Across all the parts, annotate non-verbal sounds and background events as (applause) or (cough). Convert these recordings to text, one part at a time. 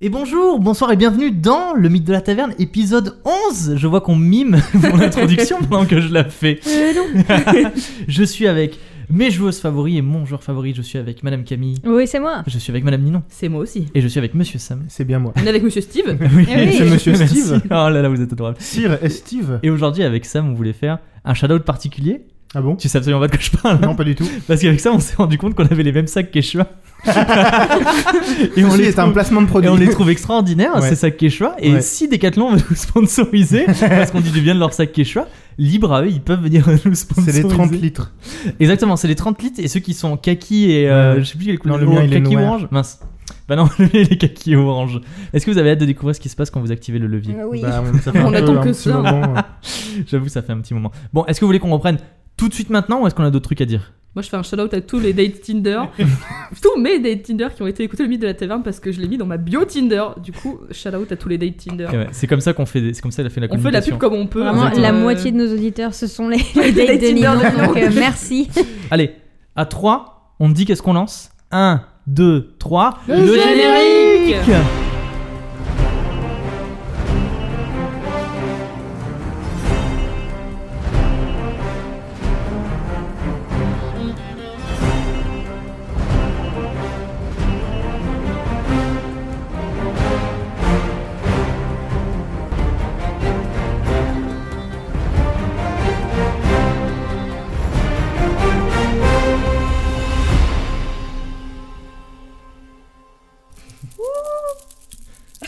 Et bonjour, bonsoir et bienvenue dans Le Mythe de la Taverne, épisode 11. Je vois qu'on mime (laughs) mon introduction pendant que je la fais. Euh, non. (laughs) je suis avec mes joueuses favoris et mon joueur favori. Je suis avec Madame Camille, Oui, c'est moi. je suis avec Madame Ninon C'est moi aussi. et je suis avec Monsieur Sam. C'est bien moi. On est avec (laughs) Monsieur Steve. Oui, oui. Eh C'est Monsieur Merci. Steve. Oh là là, vous êtes adorable. Sir et Steve Et aujourd'hui, avec Sam, on voulait faire un shout-out particulier. Ah bon Tu sais absolument pas de quoi je parle. hein, Non, pas du tout. Parce qu'avec ça, on s'est rendu compte qu'on avait les mêmes sacs (laughs) Quechua. (laughs) et Ceci est un trouve- placement de produit. Et on (laughs) les trouve extraordinaires, hein, Ouais. ces sacs Quechua. Et Ouais. si Decathlon veut (laughs) nous sponsoriser, parce qu'on dit du bien de leurs sacs Quechua, libre à eux, ils peuvent venir (laughs) nous sponsoriser. C'est les 30 litres. Exactement, c'est les 30 litres. Et ceux qui sont en kaki et. euh, Ouais. je sais plus quelle couleur Non, le mien, il est kaki ou noir. orange Mince. Bah non, (laughs) le mien, il est kaki ou orange. Est-ce que vous avez hâte de découvrir ce qui se passe quand vous activez le levier Euh, Ah oui. Bah, on ça fait On un peu attend que un petit ça. moment, euh. J'avoue, ça fait un petit moment. Bon, est-ce que vous voulez qu'on reprenne tout de suite maintenant ou est-ce qu'on a d'autres trucs à dire Moi, je fais un shout-out à tous les dates (laughs) Tinder. tous mes dates Tinder qui ont été écoutés le mythe de la taverne parce que je l'ai mis dans ma bio Tinder. Du coup, shout-out à tous les dates Tinder. Eh ouais, C'est comme ça qu'on fait, des- c'est comme ça qu'elle a fait la On fait de la communication. pub comme on peut. Vraiment, Exactement. la moitié de nos auditeurs, ce sont (laughs) les, les euh, Les dates de Tinder Ninon, de Ninon. donc euh, merci. Allez, à 3, on dit qu'est-ce qu'on lance 1, 2, 3. Le générique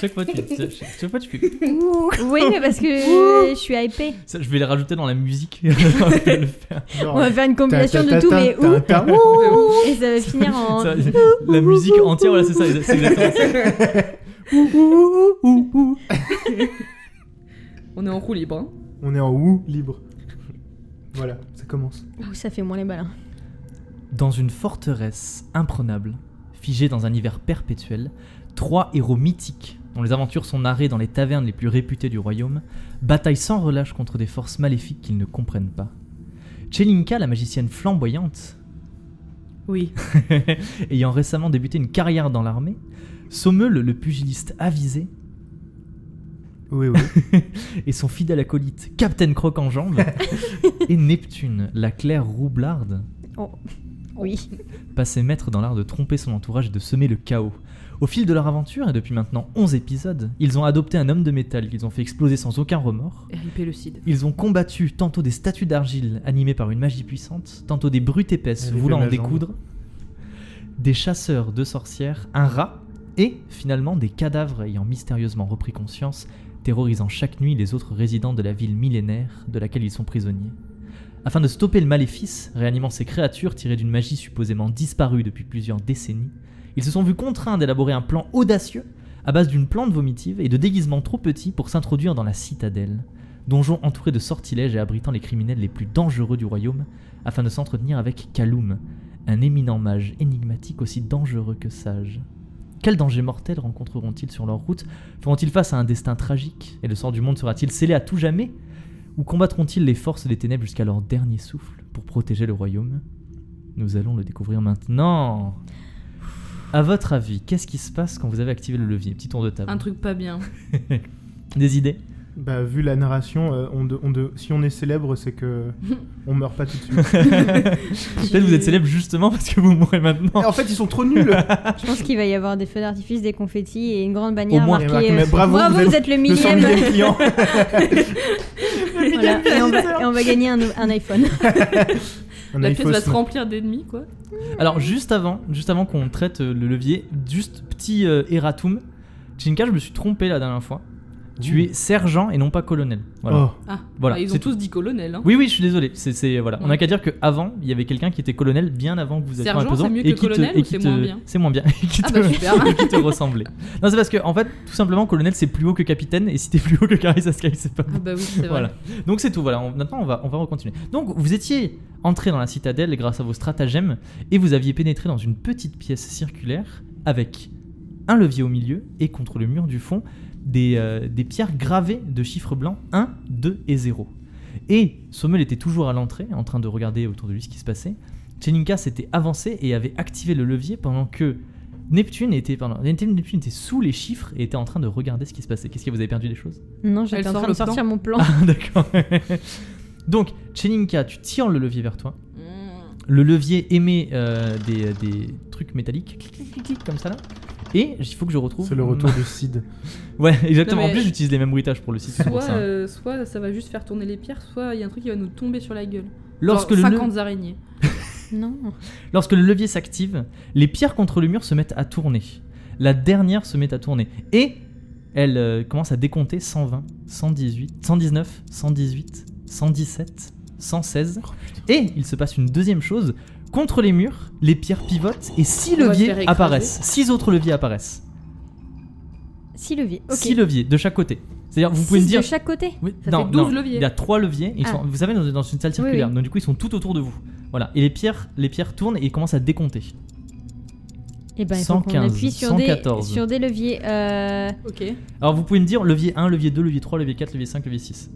Chaque fois, tu, chaque fois, tu- oui, mais parce que je suis hypée. ça, je vais les rajouter dans la musique. (laughs) Je vais le faire. Genre, On va faire une compilation de ta- ta- tout, ta- mais ta- ouh, ta- ta- et ça va finir en. Ça, la musique entière, voilà, c'est ça. c'est exactement ça. On est en roue libre. hein. On est en ou libre. Voilà, ça commence. Ouh, ça fait moins les balles. hein. Dans une forteresse imprenable, figée dans un hiver perpétuel, trois héros mythiques, dont les aventures sont narrées dans les tavernes les plus réputées du royaume, bataillent sans relâche contre des forces maléfiques qu'ils ne comprennent pas. Chelinka, la magicienne flamboyante, Oui. (laughs) ayant récemment débuté une carrière dans l'armée, Sommeul, le pugiliste avisé, Oui, oui. et son fidèle acolyte Captain Croc en jambes, et Neptune, la claire roublarde, Oui. passé maître dans l'art de tromper son entourage et de semer le chaos. Au fil de leur aventure, et depuis maintenant 11 épisodes, ils ont adopté un homme de métal qu'ils ont fait exploser sans aucun remords. RIP le cid. Ils ont combattu tantôt des statues d'argile animées par une magie puissante, tantôt des brutes épaisses Elle est voulant en belle, la jambe. découdre, des chasseurs de sorcières, un rat, et finalement des cadavres ayant mystérieusement repris conscience, terrorisant chaque nuit les autres résidents de la ville millénaire de laquelle ils sont prisonniers. Afin de stopper le maléfice, réanimant ces créatures tirées d'une magie supposément disparue depuis plusieurs décennies, ils se sont vus contraints d'élaborer un plan audacieux à base d'une plante vomitive et de déguisements trop petits pour s'introduire dans la citadelle, donjon entouré de sortilèges et abritant les criminels les plus dangereux du royaume, afin de s'entretenir avec Kaloum, un éminent mage énigmatique aussi dangereux que sage. Quel danger mortel rencontreront-ils sur leur route Feront-ils face à un destin tragique Et le sort du monde sera-t-il scellé à tout jamais Ou combattront-ils les forces des ténèbres jusqu'à leur dernier souffle pour protéger le royaume Nous allons le découvrir maintenant à votre avis, qu'est-ce qui se passe quand vous avez activé le levier Petit tour de table. Un truc pas bien. Des idées (laughs) Bah, vu la narration, euh, on de- on de- si on est célèbre, c'est que on meurt pas tout de suite. Peut-être vous êtes célèbre justement parce que vous mourrez maintenant. en fait, ils sont trop nuls. Je pense qu'il va y avoir des feux d'artifice, des confettis et une grande bannière Au moins. marquée. Mais euh, bravo, vous vous êtes êtes le Le 100 millième. millième client. (laughs) (laughs) Voilà. Et, on va, et on va gagner un, un iPhone. On a La eu pièce fausse va note. se Oh, remplir d'ennemis, quoi. Alors juste avant, juste avant qu'on traite euh, le levier, juste petit euh, erratum. Jinka, je me suis trompé la dernière fois. Tu es sergent et non pas colonel. Voilà. Oh, Ah, Voilà, bah, ils c'est ont tous dit colonel. Hein. Oui, oui, je suis désolé. C'est, c'est- voilà. On Ouais. n'a qu'à dire que avant, il y avait quelqu'un qui était colonel bien avant que vous ayez un Sergent, présent c'est mieux et que qui te- colonel et ou qui c'est te- moins bien C'est moins bien. (laughs) Et qui Ah te- bah super. et (laughs) qui te ressemblait. Non, c'est parce que en fait, tout simplement, colonel, c'est plus haut que capitaine, et si t'es plus haut que Carissa Sky, c'est pas Ah bah oui, c'est vrai. Voilà. Donc c'est tout. Voilà. On- maintenant, on va, on va recontinuer. Donc, vous étiez entré dans la citadelle grâce à vos stratagèmes et vous aviez pénétré dans une petite pièce circulaire avec un levier au milieu et contre le mur du fond des, euh, des pierres gravées de chiffres blancs 1, 2 et 0. Et Sommel était toujours à l'entrée en train de regarder autour de lui ce qui se passait. Cheninka s'était avancée et avait activé le levier pendant que Neptune était, pardon, Neptune Neptune était sous les chiffres et était en train de regarder ce qui se passait. Qu'est-ce que vous avez perdu des choses Non, Elle j'étais en sort train le de sortir mon plan. Ah, (laughs) d'accord. Donc, Cheninka, tu tires le levier vers toi. Mmh. Le levier émet euh, des, des trucs métalliques, clic, clic, clic, clic, comme ça là. Et il faut que je retrouve. C'est le retour du Cid. (laughs) Ouais, exactement. Non, mais- En plus, j'utilise les mêmes bruitages pour le site. c'est pour Soit, ça. euh, soit ça va juste faire tourner les pierres, soit il y a un truc qui va nous tomber sur la gueule. Lorsque le, Genre le- 50 araignées. Non. Lorsque le levier s'active, les pierres contre le mur se mettent à tourner. La dernière se met à tourner. Et elle euh, commence à décompter 120, 118, 119, 118, 117, 116. Et il se passe une deuxième chose. Contre les murs, les pierres pivotent et six On va se faire leviers écraser. apparaissent. Six autres leviers apparaissent. Six leviers. Ok. Six leviers de chaque côté. C'est-à-dire, vous pouvez me Six dire. de chaque côté. Oui, Ça fait 12 leviers. Il y a trois leviers. Ils Ah. sont, vous savez, dans, dans une salle oui. circulaire. Donc, du coup, ils sont tout autour de vous. Voilà. Et les pierres, les pierres tournent et commencent à décompter. Et ben, il faut qu'on 115, appuie sur 114. des sur des leviers. Euh... Ok. Alors vous pouvez me dire levier 1, levier 2, levier 3, levier 4, levier 5, levier 6.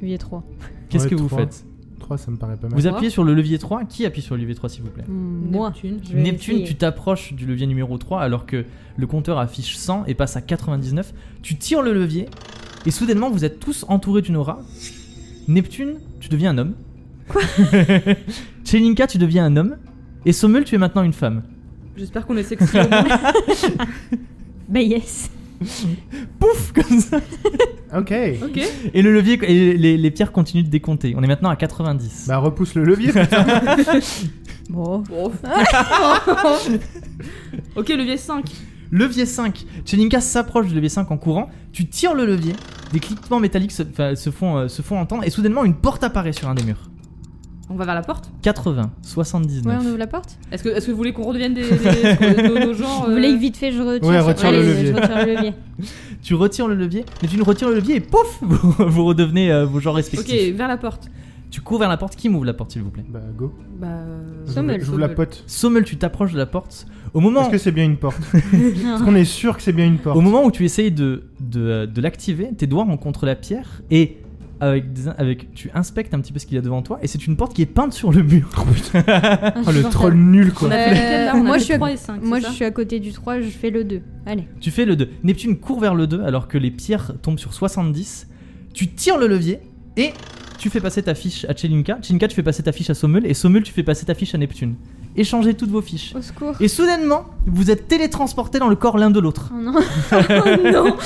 Levier 3. Qu'est-ce Ouais, que vous trois. faites 3, ça me paraît pas mal. Vous Trois. appuyez sur le levier 3. Qui appuie sur le levier 3 s'il vous plaît Moi. Neptune. Je vais Neptune, essayer. tu t'approches du levier numéro 3 alors que le compteur affiche 100 et passe à 99. Tu tires le levier et soudainement vous êtes tous entourés d'une aura. Neptune, tu deviens un homme. Quoi (laughs) Chelinka, tu deviens un homme. Et Sommel, tu es maintenant une femme. J'espère qu'on est sexy (laughs) au moins. Bah yes. Pouf Comme ça Ok. Ok. Et le levier, et les, les pierres continuent de décompter. On est maintenant à 90. Bah repousse (laughs) le levier. Bon. Bon. (laughs) ok, levier 5. Levier 5. Chelinka s'approche du levier 5 en courant. Tu tires le levier. Des cliquements métalliques se, enfin, se font, euh, se font entendre. Et soudainement, une porte apparaît sur un des murs. On va vers la porte 80, Ouais, 79. on ouvre la porte. Est-ce que, est-ce que vous voulez qu'on redevienne des, des- qu'on- nos, nos genres Vous euh, voulez que vite fait je retire, Ouais, sur- retire le Allez, levier. Je retire le (laughs) levier. Tu retires le levier. Mais tu ne retires le levier et pouf (laughs) Vous, vous redevenez euh, vos genres Ok, respectifs. vers la porte. Tu cours vers la porte. Qui m'ouvre la porte, s'il vous plaît bah go. Bah. Je Sommel. vous- Je vous la Sommel. pote. Sommel, tu t'approches de la porte. Au Est-ce moment, que c'est bien une porte (laughs) Est-ce qu'on est sûr que c'est bien une porte au moment où tu essayes de, de, euh, de l'activer, tes doigts rencontrent la pierre et. Avec, des- avec, tu inspectes un petit peu ce qu'il y a devant toi et c'est une porte qui est peinte sur le mur. Oh, le troll nul quoi. Ah, On a fait Euh, lequel, là On a moi, fait je suis à- 3 et 5. Moi je suis à côté du 3, je fais le 2. Allez. Tu fais le 2. Neptune court vers le 2 alors que les pierres tombent sur 70. Tu tires le levier et tu fais passer ta fiche à Chelinka. Chelinka, tu fais passer ta fiche à Sommel et Sommel, tu fais passer ta fiche à Neptune. Échangez toutes vos fiches. Au secours. Et soudainement, vous êtes télétransportés dans le corps l'un de l'autre. Oh non. (laughs) oh non.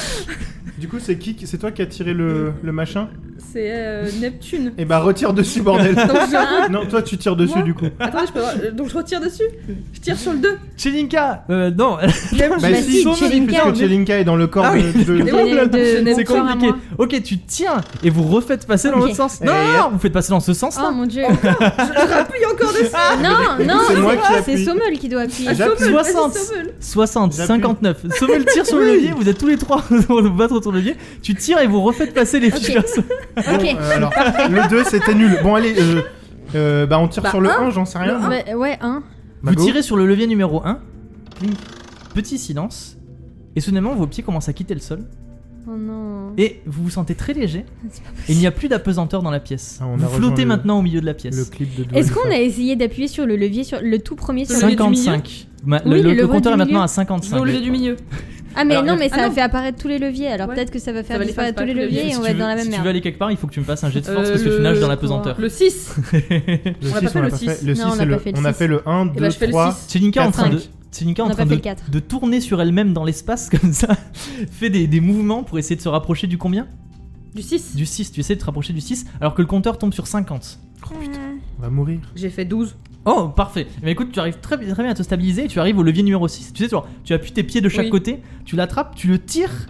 Du coup, c'est qui qui- C'est toi qui as tiré le, le machin C'est euh, Neptune. (laughs) Eh bah retire dessus, bordel. Donc je... non, toi tu tires dessus Moi Ah, du coup. Attendez, je peux avoir- Donc je retire dessus Je tire sur le 2. Chelinka euh, Non (laughs) Bah Bah si, si, Tchelinka. puisque Tchelinka est dans le corps Ah oui. de- de, Mais Je oui, donne là, de- c'est mon C'est corps à compliqué. moi. Ok, tu tiens et vous refaites passer dans Ok. l'autre sens. Non, Et- non, non, vous faites passer dans ce sens Oh là. mon dieu. Je rappuie encore dessus (laughs) Non, non, c'est moi qui c'est appuie. Sommel qui doit appuyer. Ah, J'appuie. Sommel, vas-y, 60. Sommel. 60, J'appuie. 59. Sommel tire sur le levier, vous êtes tous les trois (laughs) dans le battre autour du levier. Tu tires et vous refaites passer les fiches. vers Sommel. (laughs) Bon, Ok. euh, alors, le 2 c'était nul. Bon, allez, euh, euh, bah on tire Bah, sur le 1, j'en sais rien. Bah, euh, ouais, 1. Bah, Vous go. tirez sur le levier numéro 1. Petit silence. Et soudainement, vos pieds commencent à quitter le sol. Oh non. Et vous vous sentez très léger. C'est Et il n'y a plus d'apesanteur dans la pièce. Ah, on a vous rejoint flottez le- maintenant au milieu de la le pièce. clip de Dua Est-ce Lipa. qu'on a essayé d'appuyer sur le levier sur le tout premier sur Le le... levier du milieu 55. Ma- Oui, le, le levier compteur est du maintenant milieu. à Je vais 55. au levier du milieu. Ah mais Alors, non, mais ah ça a non. fait apparaître tous les leviers. Alors Ouais. peut-être que ça va faire va les faire disparaître tous les disparaître, leviers Si le et tu on va être veux- dans la si même tu veux merde. aller quelque part, il faut que tu me passes un jet de force Euh, parce que le- tu nages dans la je crois. pesanteur. Le 6 Le (laughs) on a 6, pas fait on a le pas 6. fait. Le Non, 6, on c'est a le- pas fait le on a fait le 1, Et bah 2, je fais le 3. 6. Chelinka en train de, Quatre, Tchelinka On en n'a train pas fait de, le quatre. de tourner sur elle-même dans l'espace (laughs) comme ça, fait des, des mouvements pour essayer de se rapprocher du combien Du 6 Du 6, tu essaies de te rapprocher du 6 alors que le compteur tombe sur 50. On va mourir. Bah, J'ai fait 12. Oh, parfait. Mais écoute, tu arrives très, bien- très bien à te stabiliser et tu arrives au levier numéro 6. Tu sais, genre, tu appuies tes pieds de chaque Oui. côté, tu l'attrapes, tu le tires,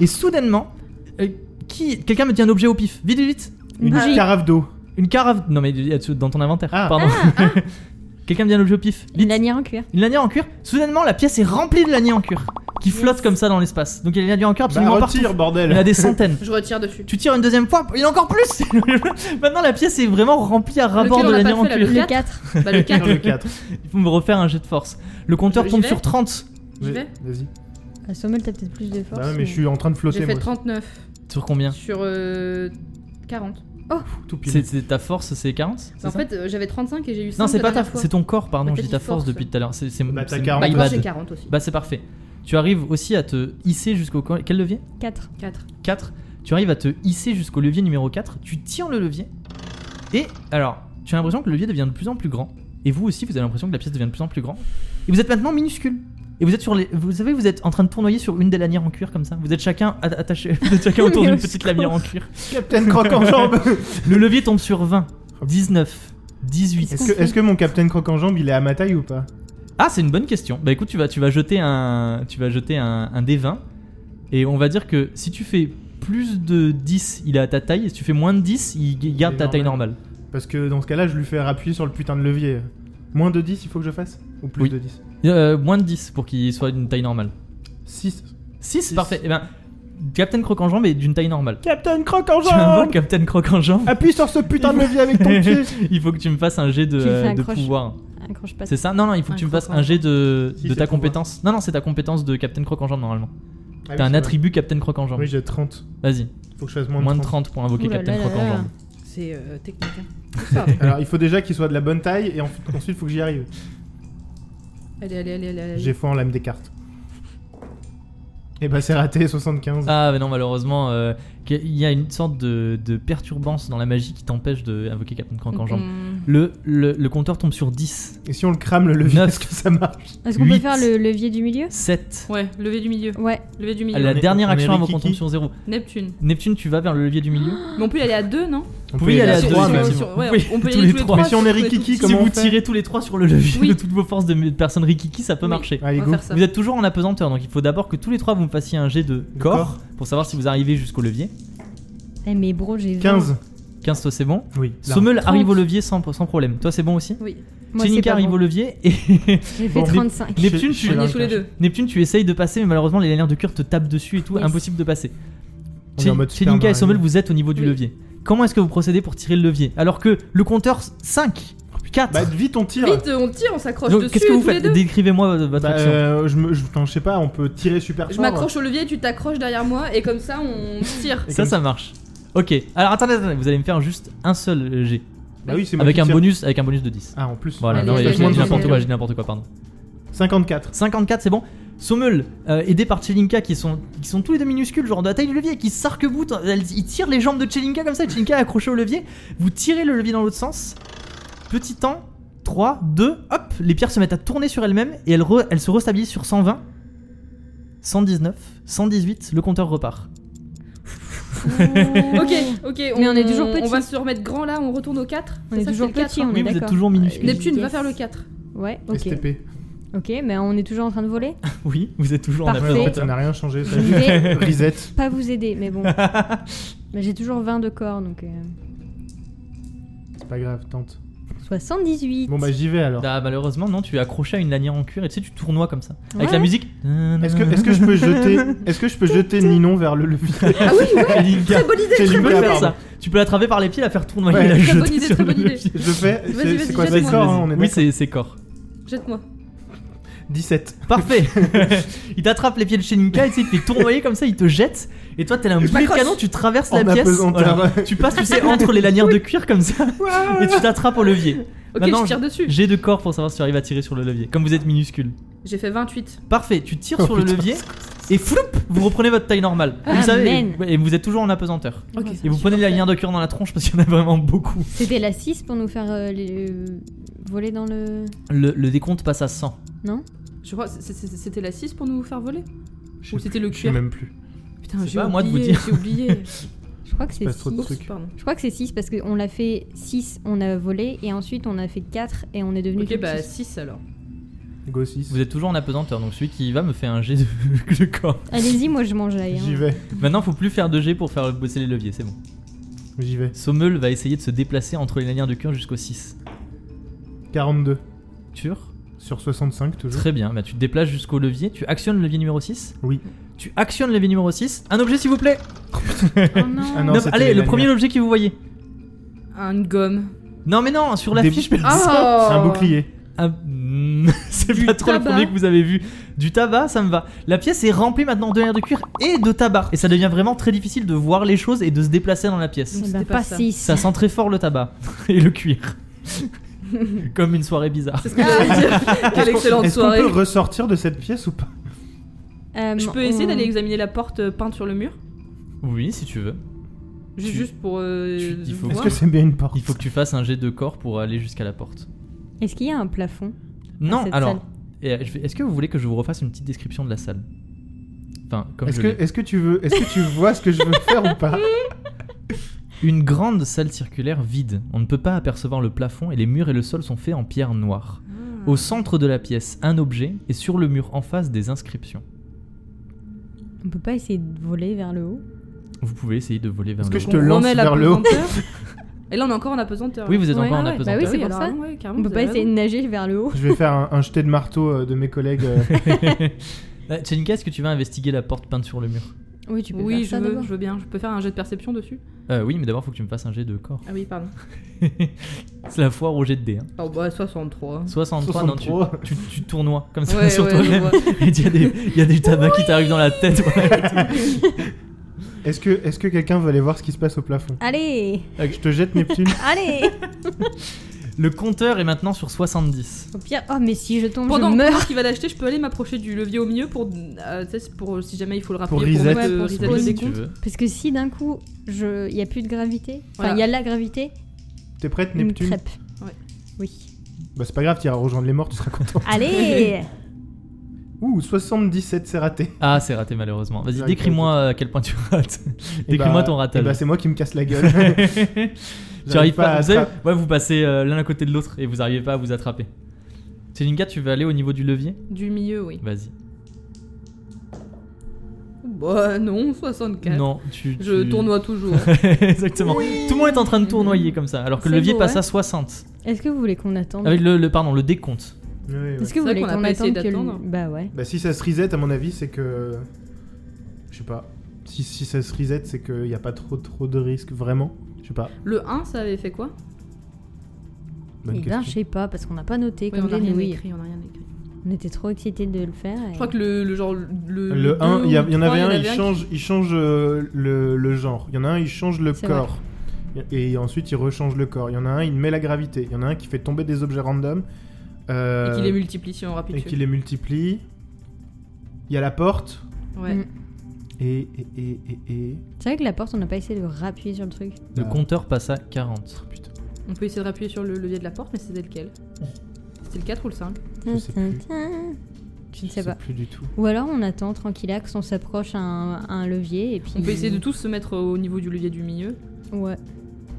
et soudainement, euh, qui quelqu'un me tient un objet au pif. Vite, vite, vite. Une Marie. carafe d'eau. Une carafe. Non, mais euh, dans ton inventaire. Ah. Pardon. (laughs) quelqu'un me tient un objet au pif. Une Vite. lanière en cuir. Une lanière en cuir. Soudainement, la pièce est remplie de lanières en cuir qui flottent comme ça dans l'espace. Donc il y a des lanières en cuir Bah absolument partout. retire, Il y en a bordel. des centaines. (laughs) Je retire dessus. Tu tires une deuxième fois, il y en a encore plus. (laughs) Maintenant la pièce est vraiment remplie à ras Lequel bord on de a pas lanières en fait, là, cuir. Le Le quatre. 4. Bah le 4. Tire le 4. Il faut me refaire un jet de force. Le compteur J'y tombe vais sur 30. J'y vais Vas-y. Ah, Sommel, t'as peut-être plus de force. Bah ouais, mais je suis en train de J'ai flotter fait moi. 39 Sur combien sur euh, 40. Tout pile. C'est- c'est- ta force, c'est 40 c'est En ça fait, euh, j'avais 35 et j'ai eu 5 Non, c'est la pas ta dernière fois. c'est ton corps, pardon, Bah, j'ai t'as dit ta dit force force. depuis tout à l'heure. C'est c'est- Bah, t'as c'est 40. Bah, my il bad. j'ai 40 aussi. Bah, c'est parfait. Tu arrives aussi à te hisser jusqu'au. co- Quel levier 4. 4. 4. Tu arrives à te hisser jusqu'au levier numéro 4. Tu tires le levier. Et alors, tu as l'impression que le levier devient de plus en plus grand. Et vous aussi, vous avez l'impression que la pièce devient de plus en plus grand. Et vous êtes maintenant minuscule. Et vous êtes sur les. Vous savez, vous êtes en train de tournoyer sur une des lanières en cuir comme ça. Vous êtes chacun atta- attaché. (laughs) Vous êtes chacun autour Mais d'une au petite secours. lanière en cuir. Captain Croc en jambe Le levier tombe sur 20, 19, 18. Est-ce que, est-ce que mon Captain Croc en jambe il est à ma taille ou pas Ah, c'est une bonne question. Bah écoute, tu vas, tu vas jeter un, tu vas jeter un, un D20 et on va dire que si tu fais plus de 10, il est à ta taille. Et si tu fais moins de 10, il g- garde est ta taille normal. normale. Parce que dans ce cas là, je lui fais appuyer sur le putain de levier. Moins de 10, il faut que je fasse Ou plus Oui. de 10 Euh, moins de 10 pour qu'il soit d'une taille normale. 6. 6, parfait. Et ben, Captain Croc en jambe est d'une taille normale. Captain Croc en Tu invoques jambe Captain Croc en jambe. Appuie sur ce putain de levier avec (laughs) ton pied il faut que tu me fasses un jet de, Tu le fais euh, de accroche. pouvoir. Accroche pas. C'est ça Non, non, il faut que Un tu me croc fasses en un jet de, Si, de c'est ta pouvoir. compétence. Non, non, c'est ta compétence de Captain Croc en jambe normalement. Ah oui, T'as c'est un vrai. attribut Captain Croc en jambe. Oui, j'ai 30. Vas-y, Faut que je fasse moins, moins de de 30. 30 pour invoquer Ouh là Captain là Croc en là. jambe. C'est euh, technique. (laughs) hein. Tout ça. Alors, il faut déjà qu'il soit de la bonne taille et ensuite, ensuite faut que j'y arrive. allez, allez, allez, allez. allez. J'ai foi en l'âme des cartes. Et bah, c'est raté, 75. Ah, mais non, malheureusement, euh, qu'il y a une sorte de, de perturbance dans la magie qui t'empêche d'invoquer Captain Croc en Mm-hmm. jambe. Mm. Le, le, le compteur tombe sur 10, Et si on le crame le levier, Neuf. est-ce que ça marche Est-ce qu'on peut Huit. faire le levier du milieu 7. Ouais, lever du milieu. Ouais. Lever du À milieu. la On est- dernière on est action, avant Rikiki. qu'on tombe sur 0. Neptune. Neptune, tu vas vers le levier du milieu. Mais on peut y aller à 2, non On pouvez y aller à Sur- deux, sur- mais sur- si vous- ouais, oui, On peut y tous aller les tous les trois. trois. Mais si on est tous les- Rikiki, tous- si comment on vous fait tirez tous les trois sur le levier Oui. de toutes vos forces de de personnes Rikiki, ça peut Oui. marcher. Allez, On va go. faire ça. Vous êtes toujours en apesanteur, donc il faut d'abord que tous les trois vous me fassiez un jet de De corps corps. pour savoir si vous arrivez jusqu'au levier. Eh, mais bro, j'ai 20. 15. 15, toi c'est bon. Oui. là. Sommel 30. arrive au levier sans, sans problème. Toi c'est bon aussi Oui, Moi, c'est Chenika pas arrive bon. au levier et J'ai fait Bon. (laughs) 35. Je- Neptune, je tu- suis on là, est tous les je- deux. Neptune, tu essayes de passer, mais malheureusement, les liens de cœur te tapent dessus et tout, Yes. impossible de passer. On est Chez, en mode hein. chez Super Ninka et Mario. Sommel, vous êtes au niveau du Oui. levier. Comment est-ce que vous procédez pour tirer le levier Alors que le compteur 5, 4. Bah, vite, on tire. Vite, on tire, on s'accroche donc dessus. qu'est-ce que vous tous les faites deux. Décrivez-moi votre Bah, action. euh, je, me, je, enfin, je sais pas, on peut tirer super fort. Je m'accroche au levier, tu t'accroches derrière moi et comme (laughs) ça on tire. et ça, comme- ça marche. Ok, alors attendez, attendez, vous allez me faire juste un seul euh, jet. Bah oui, c'est moi Avec qui un, tire. bonus, avec un bonus de 10. Ah, en plus. Voilà, Allez, non, allez, j'ai- j'ai allez, n'importe allez. quoi, j'ai n'importe quoi, pardon. 54. 54, c'est bon. Sommel, euh, aidé par Chelinka, qui sont, qui sont tous les deux minuscules, genre de la taille du levier, qui s'arc-boutent, elles- ils tirent les jambes de Chelinka comme ça, Chelinka est accrochée au levier, vous tirez le levier dans l'autre sens, petit temps, 3, 2, hop, les pierres se mettent à tourner sur elles-mêmes, et elles, re- elles se restabilisent sur 120, 119, 118, le compteur repart. Ok, ok. Mais on est toujours petit. On va se remettre grand là, on retourne au 4. On est toujours petit, on Oui, est vous êtes d'accord. Euh, toujours minuscule. hein. Neptune va Yes. faire (laughs) le 4. Ouais, ok. STP. Ok, mais on est toujours en train de voler. Oui, vous êtes toujours Parfait. en Ouais, en apesanteur. fait, ça n'a rien changé. Ça. Je vais Reset. pas vous aider, mais bon. mais j'ai toujours 20 de corps, donc euh, C'est pas grave, tente. 78. Bon, bah, j'y vais alors. Ah, malheureusement, non, tu es accroché à une lanière en cuir et tu sais, tu tournoies comme ça. Avec Ouais. la musique. Est-ce que, est-ce (laughs) que je peux jeter, est-ce que je peux jeter Ninon vers le levier Ah oui, ouais, Chelinka. très bonne idée, C'est très Tu peux Linka, bonne faire idée. pardon. ça. Tu peux l'attraper par les pieds, la faire tourner Ouais. et la Très jeter bonne idée, sur très le bonne idée. levier. Je fais. C'est Vas-y, vas-y, c'est quoi jette-moi. C'est corps, hein, on est oui, d'accord. c'est c'est corps. Jette-moi. 17. (laughs) Parfait. il t'attrape les pieds de Sheninka, il te fait tournoyer comme ça, il te jette. Et toi, t'es un boulet de m'accroche. canon, tu traverses En la pièce. apesanteur. Tu passes, tu sais, entre les lanières de cuir comme ça. et tu t'attrapes au levier. Ok, Maintenant, je tire dessus. J'ai de corps pour savoir si tu arrives à tirer sur le levier. Comme vous êtes minuscule. J'ai fait 28. Parfait, tu tires Oh, sur le putain. levier. Et floup, vous reprenez votre taille normale. Vous Amen. savez, et vous êtes toujours en apesanteur. Ok. Et vous prenez la lanière de cuir dans la tronche parce qu'il y en a vraiment beaucoup. C'était la 6 pour nous faire euh, les- euh, voler dans le. Le, le décompte passe à 100. Non Je crois, c'est- c'est- c'était la 6 pour nous faire voler Je Ou sais c'était le plus, je sais cuir même plus. Putain, C'est j'ai pas à moi de vous oublié, dire. (laughs) j'ai oublié. Je crois que c'est passe trop de 6. trucs. Oups, pardon. Je crois que c'est 6 parce qu'on l'a fait 6, on a volé, et ensuite on a fait 4 et on est devenu. Ok, tout bah petit. 6 alors. Go 6. Vous êtes toujours en apesanteur, donc celui qui y va me fait un jet de, (laughs) de corps. Allez-y, moi je mange ailleurs. J'y vais. Maintenant, faut plus faire de jet pour faire bosser les leviers, c'est bon. J'y vais. Sommel va essayer de se déplacer entre les lanières de cuir jusqu'au 6. 42. Tur Sur 65, toujours. Très bien, bah, tu te déplaces jusqu'au levier, tu actionnes le levier numéro 6. Oui. Tu actionnes le levier numéro 6. Un objet s'il vous plaît Oh non, Ah non. Non, c'était Allez, les le lanières. premier objet que vous voyez. Une gomme. Non mais non, sur la Des- fiche Oh perso. C'est un bouclier. Ah, mm, (laughs) c'est Du pas trop le tabac. premier que vous avez vu. Du tabac, ça me va. La pièce est remplie maintenant de verres de cuir et de tabac. Et ça devient vraiment très difficile de voir les choses et de se déplacer dans la pièce. Donc, Eh c'était ben, pas pas ça. 6. Ça sent très fort le tabac (laughs) et le cuir. Comme une soirée bizarre. C'est ce que (laughs) j'allais dire. Quelle excellente Est-ce qu'on soirée. peut ressortir de cette pièce ou pas Euh, Je peux essayer d'aller examiner la porte euh, peinte sur le mur Oui, si tu veux. Ju- Tu- Juste pour euh, tu- il faut- Est-ce voir. que c'est bien une porte Il faut que tu fasses un jet de corps pour aller jusqu'à la porte. Est-ce qu'il y a un plafond Non, cette alors, et, euh, je vais- est-ce que vous voulez que je vous refasse une petite description de la salle Enfin, comme Est-ce je que, l'ai. est-ce que tu veux, est-ce que tu vois ce que je veux faire ou pas Une grande salle circulaire vide. On ne peut pas apercevoir le plafond et les murs et le sol sont faits en pierre noire. Ah. Au centre de la pièce, un objet et sur le mur en face des inscriptions. On peut pas essayer de voler vers le haut Vous pouvez essayer de voler vers Est-ce le que je haut. te On lance remet la vers le haut. pesanteur. (laughs) Et là, on est encore en apesanteur. Oui, vous êtes Ouais, encore en ah ouais, apesanteur. bah oui, c'est Ah pour alors, ça. ah ouais, carrément, On peut vous pas avez essayer de raison. nager vers le haut Je vais faire un, un jet de marteau euh, de mes collègues. euh, (laughs) Ah, Tchelinka, est-ce que tu vas investiguer la porte peinte sur le mur Oui, tu peux Oui, je faire ça veux, d'abord. je veux bien. Je peux faire un jet de perception dessus Euh, Oui, mais d'abord, faut que tu me fasses un jet de corps. (laughs) Ah oui, pardon. c'est la foire au jet de dés. hein. Oh (laughs) bah 63. 63, non, tu, 63. tu, tu tournoies comme ça Ouais, (laughs) sur ouais, je toi-même. vois. Et Il y, a des- il y a des tabacs qui t'arrivent dans la tête. ouais. Est-ce que, est-ce que quelqu'un veut aller voir ce qui se passe au plafond Allez Je te (laughs) jette Neptune. (laughs) Allez Le compteur est maintenant sur 70. Au pire, oh mais si je tombe, Pendant, je meurs pendant qu'il va l'acheter, je peux aller m'approcher du levier au milieu pour, euh, tu sais, c'est pour si jamais il faut le rappeler Pour pour, reset. mettre, euh, Ouais, pour reset reset. le si des tu décompte. veux. Parce que si d'un coup, je... il y a plus de gravité, enfin Voilà. il y a la gravité, T'es prête une Neptune crêpe. Ouais. (laughs) Oui. Bah c'est pas grave, t'iras rejoindre les morts, tu (laughs) seras content. (laughs) Allez Ouh, 77, c'est raté. Ah, c'est raté malheureusement. Vas-y, Ouais, décris-moi à quel point tu rates. (laughs) Et Décris-moi bah- ton ratage. et bah c'est moi qui me casse (laughs) la gueule. tu arrives pas. à vous, savez, attra- ouais, vous passez euh, l'un à côté de l'autre et vous arrivez pas à vous attraper. Tchelinka, tu veux aller au niveau du levier Du milieu, oui. Vas-y. Bah non, 64. Non, tu. Je tu- tournoie toujours. (laughs) Exactement. Tout le monde est en train de tournoyer comme ça, alors que le C'est levier beau, passe ouais. à 60. Est-ce que vous voulez qu'on attende Avec le, le- pardon, le décompte. Ouais, ouais. Est-ce que vous C'est voulez vrai qu'on a qu'on pas essayé attende que le... d'attendre. Bah ouais. Bah si ça se reset, à mon avis, c'est que... Je sais pas. Si, si ça se reset, c'est qu'il n'y a pas trop trop de risques, vraiment. Je sais pas. Le 1, ça avait fait quoi Bonne Eh ben, je question. sais pas, parce qu'on n'a pas noté Ouais, comme On a des rien nouilles. écrit, on a rien écrit. On était trop excités de le faire. et- Je crois que le, le genre. Le, Le 1, il y, a- il y en avait un, il qui- change, il change euh, le, le genre. Il y en a un, il change le C'est vrai. corps. Et ensuite, il rechange le corps. Il y en a un, il met la gravité. Il y en a un qui fait tomber des objets random. Et euh, qu'il les multiplie si on rapide. et qui les multiplie. Il y a la porte. Ouais. Mm. Et, et, et, et, et- C'est vrai que la porte, on n'a pas essayé de rappuyer sur le truc. Le Ah. compteur passe à 40. On peut essayer de rappuyer sur le levier de la porte, mais c'était lequel C'était le 4 ou le 5 Je sais plus. Je ne sais pas. plus du tout. Ou alors on attend tranquillax, on s'approche à un, à un levier et puis. On peut essayer de tous se mettre au niveau du levier du milieu. Ouais.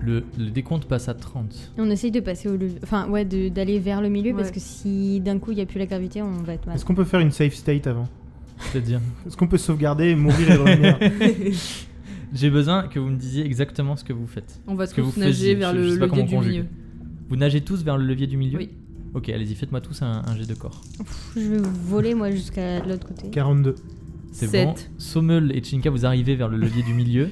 Le, le décompte passe à 30. Et On essaye de passer au levier. Enfin, ouais, de- d'aller vers le milieu parce Ouais. que si d'un coup il n'y a plus la gravité, on va être mal. Est-ce qu'on peut faire une save state avant C'est-à-dire Est-ce qu'on peut sauvegarder, mourir et revenir J'ai besoin que vous me disiez exactement ce que vous faites. On va Ce que vous tous nager faisiez, vers je- je le sais pas levier comment du on milieu. Vous nagez tous vers le levier du milieu Oui. Ok, allez-y, faites-moi tous un, un jet de corps. Pff, je vais voler moi jusqu'à de l'autre côté. 42. C'est Sept. bon. Sommel et Tchinka, vous arrivez vers le levier du milieu.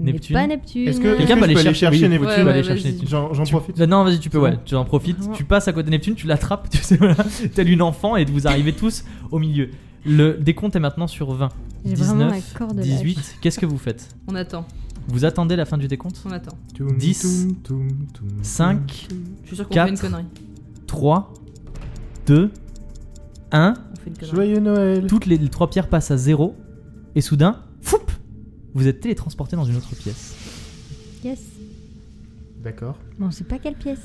Mais Neptune. pas Neptune. Euh, Est-ce que est-ce Quelqu'un peut que je aller peux chercher, oui, Neptune tu vas ouais, aller chercher vas-y. Neptune. J'en j'en Tu- profites. Bah Non, vas-y, tu peux, C'est ouais. bon Tu en profites. Vraiment. Tu passes à côté de Neptune, tu l'attrapes, (laughs) tu sais, voilà, telle une enfant, et vous arrivez tous au milieu. Le décompte est maintenant sur 20. J'ai vraiment la 19, corde 18. Qu'est-ce que vous faites On attend, Vous attendez la fin du décompte on attend. Toum, 10, toum, toum, toum, 5, Je suis sûr qu'on Quatre. fait une connerie. 3, 2, 1. On fait une toum. connerie. Joyeux Noël. Toutes les les trois pierres passent à 0. Et soudain, foup Vous êtes télétransporté dans une autre pièce. Yes. D'accord. Bon, on sait pas quelle pièce.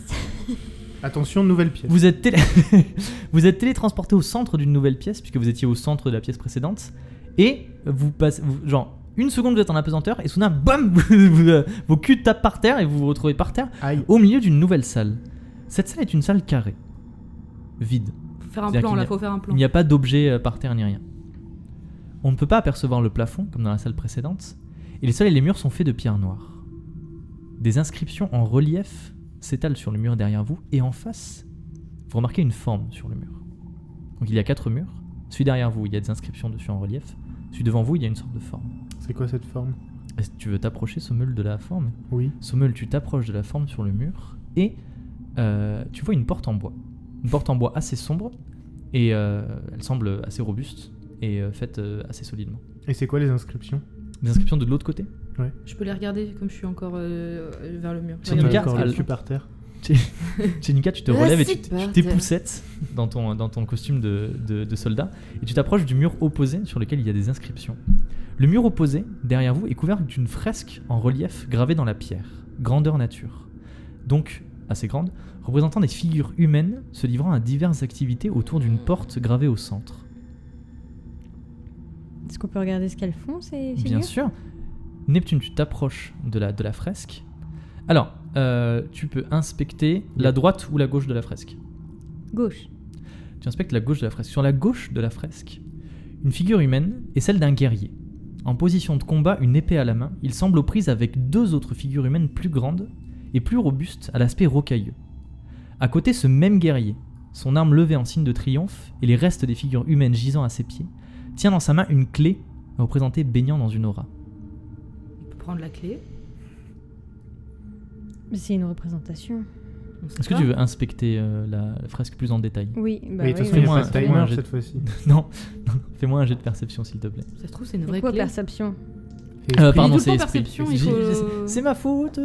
Attention, nouvelle pièce. Vous êtes, télé... (laughs) vous êtes télétransporté au centre d'une nouvelle pièce, puisque vous étiez au centre de la pièce précédente, et vous passez, vous- genre, une seconde vous êtes en apesanteur, et soudain, bam, (laughs) vous- vous, euh, vos culs tapent par terre, et vous vous retrouvez par terre, Aïe. au milieu d'une nouvelle salle. Cette salle est une salle carrée, vide. Faut faire un C'est-à-dire plan, qu'il y là, a- faut faire un plan. Il n'y a pas d'objet euh, par terre ni rien. On ne peut pas apercevoir le plafond, comme dans la salle précédente, et les sols et les murs sont faits de pierre noire. Des inscriptions en relief s'étalent sur le mur derrière vous, et en face, vous remarquez une forme sur le mur. Donc il y a quatre murs. Celui derrière vous, il y a des inscriptions dessus en relief. Celui devant vous, il y a une sorte de forme. C'est quoi cette forme Est-ce que tu veux t'approcher, Sommel, de la forme Oui. Sommel, tu t'approches de la forme sur le mur, et euh, tu vois une porte en bois. Une porte en bois assez sombre et euh, elle semble assez robuste et euh, faite euh, assez solidement. Et c'est quoi les inscriptions Les inscriptions de l'autre côté Je peux les regarder comme je suis encore euh, vers le mur. C'est une Regarde. carte, encore le elle- cul par terre. Chenika, tu te Ah, relèves et c'est tu tu parti. t'époucettes dans ton, dans ton costume de, de- de soldat et tu t'approches du mur opposé sur lequel il y a des inscriptions. Le mur opposé, derrière vous, est couvert d'une fresque en relief gravée dans la pierre, grandeur nature, donc assez grande, représentant des figures humaines se livrant à diverses activités autour d'une porte gravée au centre. Est-ce qu'on peut regarder ce qu'elles font, ces figures Bien sûr. Neptune, tu t'approches de la, de la fresque. Alors, euh, tu peux inspecter la droite ou la gauche de la fresque. Gauche. Tu inspectes la gauche de la fresque. Sur la gauche de la fresque, une figure humaine est celle d'un guerrier. En position de combat, une épée à la main, il semble aux prises avec deux autres figures humaines plus grandes et plus robustes à l'aspect rocailleux. À côté, ce même guerrier, son arme levée en signe de triomphe et les restes des figures humaines gisant à ses pieds, tient dans sa main une clé représentée baignant dans une aura. On peut prendre la clé. Mais c'est une représentation. on sait Est-ce que pas. tu veux inspecter euh, la la fresque plus en détail Oui, bah Mais de oui. toute façon, il n'y a Fais-moi pas de un- timer fais-moi un jet. cette fois-ci. (laughs) Non, non, fais-moi un jet de perception s'il te plaît. Ça se trouve, c'est une C'est vraie quoi clé. perception Et Euh, Il est pardon, tout le c'est temps esprit. perception, J'ai- il faut- j'ai- C'est ma faute.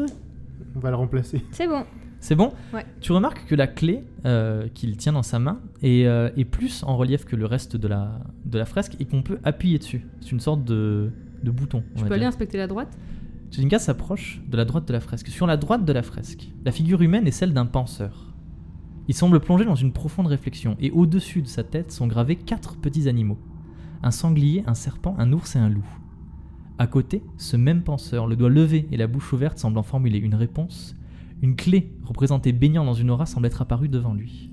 On va le remplacer. C'est bon. C'est bon Ouais. Tu remarques que la clé euh, qu'il tient dans sa main est, euh, est plus en relief que le reste de la, de la fresque et qu'on peut appuyer dessus. C'est une sorte de, de bouton. on Je va peux dire. aller inspecter la droite Jelinka s'approche de la droite de la fresque. Sur la droite de la fresque, la figure humaine est celle d'un penseur. Il semble plongé dans une profonde réflexion, et au-dessus de sa tête sont gravés quatre petits animaux. Un sanglier, un serpent, un ours et un loup. À côté, ce même penseur, le doigt levé et la bouche ouverte semblant formuler une réponse, une clé représentée baignant dans une aura semble être apparue devant lui.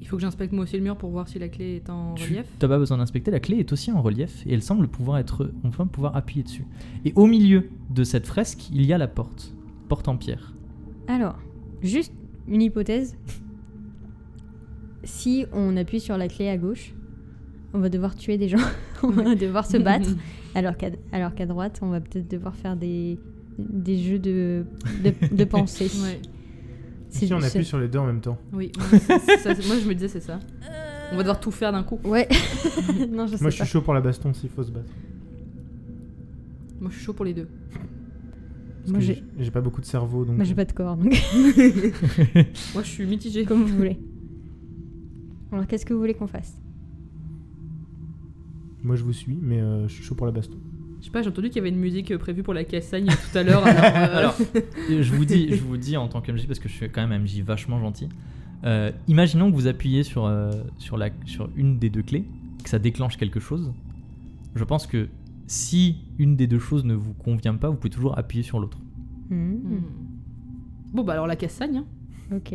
Il faut que j'inspecte moi aussi le mur pour voir si la clé est en Tu relief. t'as pas besoin d'inspecter, la clé est aussi en relief et elle semble pouvoir être, on peut pouvoir appuyer dessus. Et au milieu de cette fresque, il y a la porte, porte en pierre. Alors, juste une hypothèse. si on appuie sur la clé à gauche, on va devoir tuer des gens. (laughs) on va devoir (laughs) se (laughs) battre. Alors qu'à alors qu'à droite, on va peut-être devoir faire des, des jeux de, de, de pensée. (laughs) Ouais. C'est Si on juste- appuie sur les deux en même temps. Oui, ouais, c'est- c'est ça, c'est- moi je me disais c'est ça. On va devoir tout faire d'un coup. Ouais. (laughs) non, je sais Moi, je pas. suis chaud pour la baston s'il faut se battre. Moi je suis chaud pour les deux. Parce Moi, que j'ai j'ai pas beaucoup de cerveau, donc moi, j'ai pas de corps, donc Moi je suis mitigée. comme vous voulez. Alors, qu'est-ce que vous voulez qu'on fasse moi je vous suis, mais euh, je suis chaud pour la baston. Je sais pas, j'ai entendu qu'il y avait une musique euh, prévue pour la Cassagne tout à l'heure. (laughs) alors, (laughs) euh, Alors, je vous dis, je vous dis en tant que MJ parce que je suis quand même un MJ vachement gentil. euh, imaginons que vous appuyez sur euh, sur la sur une des deux clés, que ça déclenche quelque chose. Je pense que si une des deux choses ne vous convient pas, vous pouvez toujours appuyer sur l'autre. Hmm, Bon bah alors la Cassagne. hein. Ok.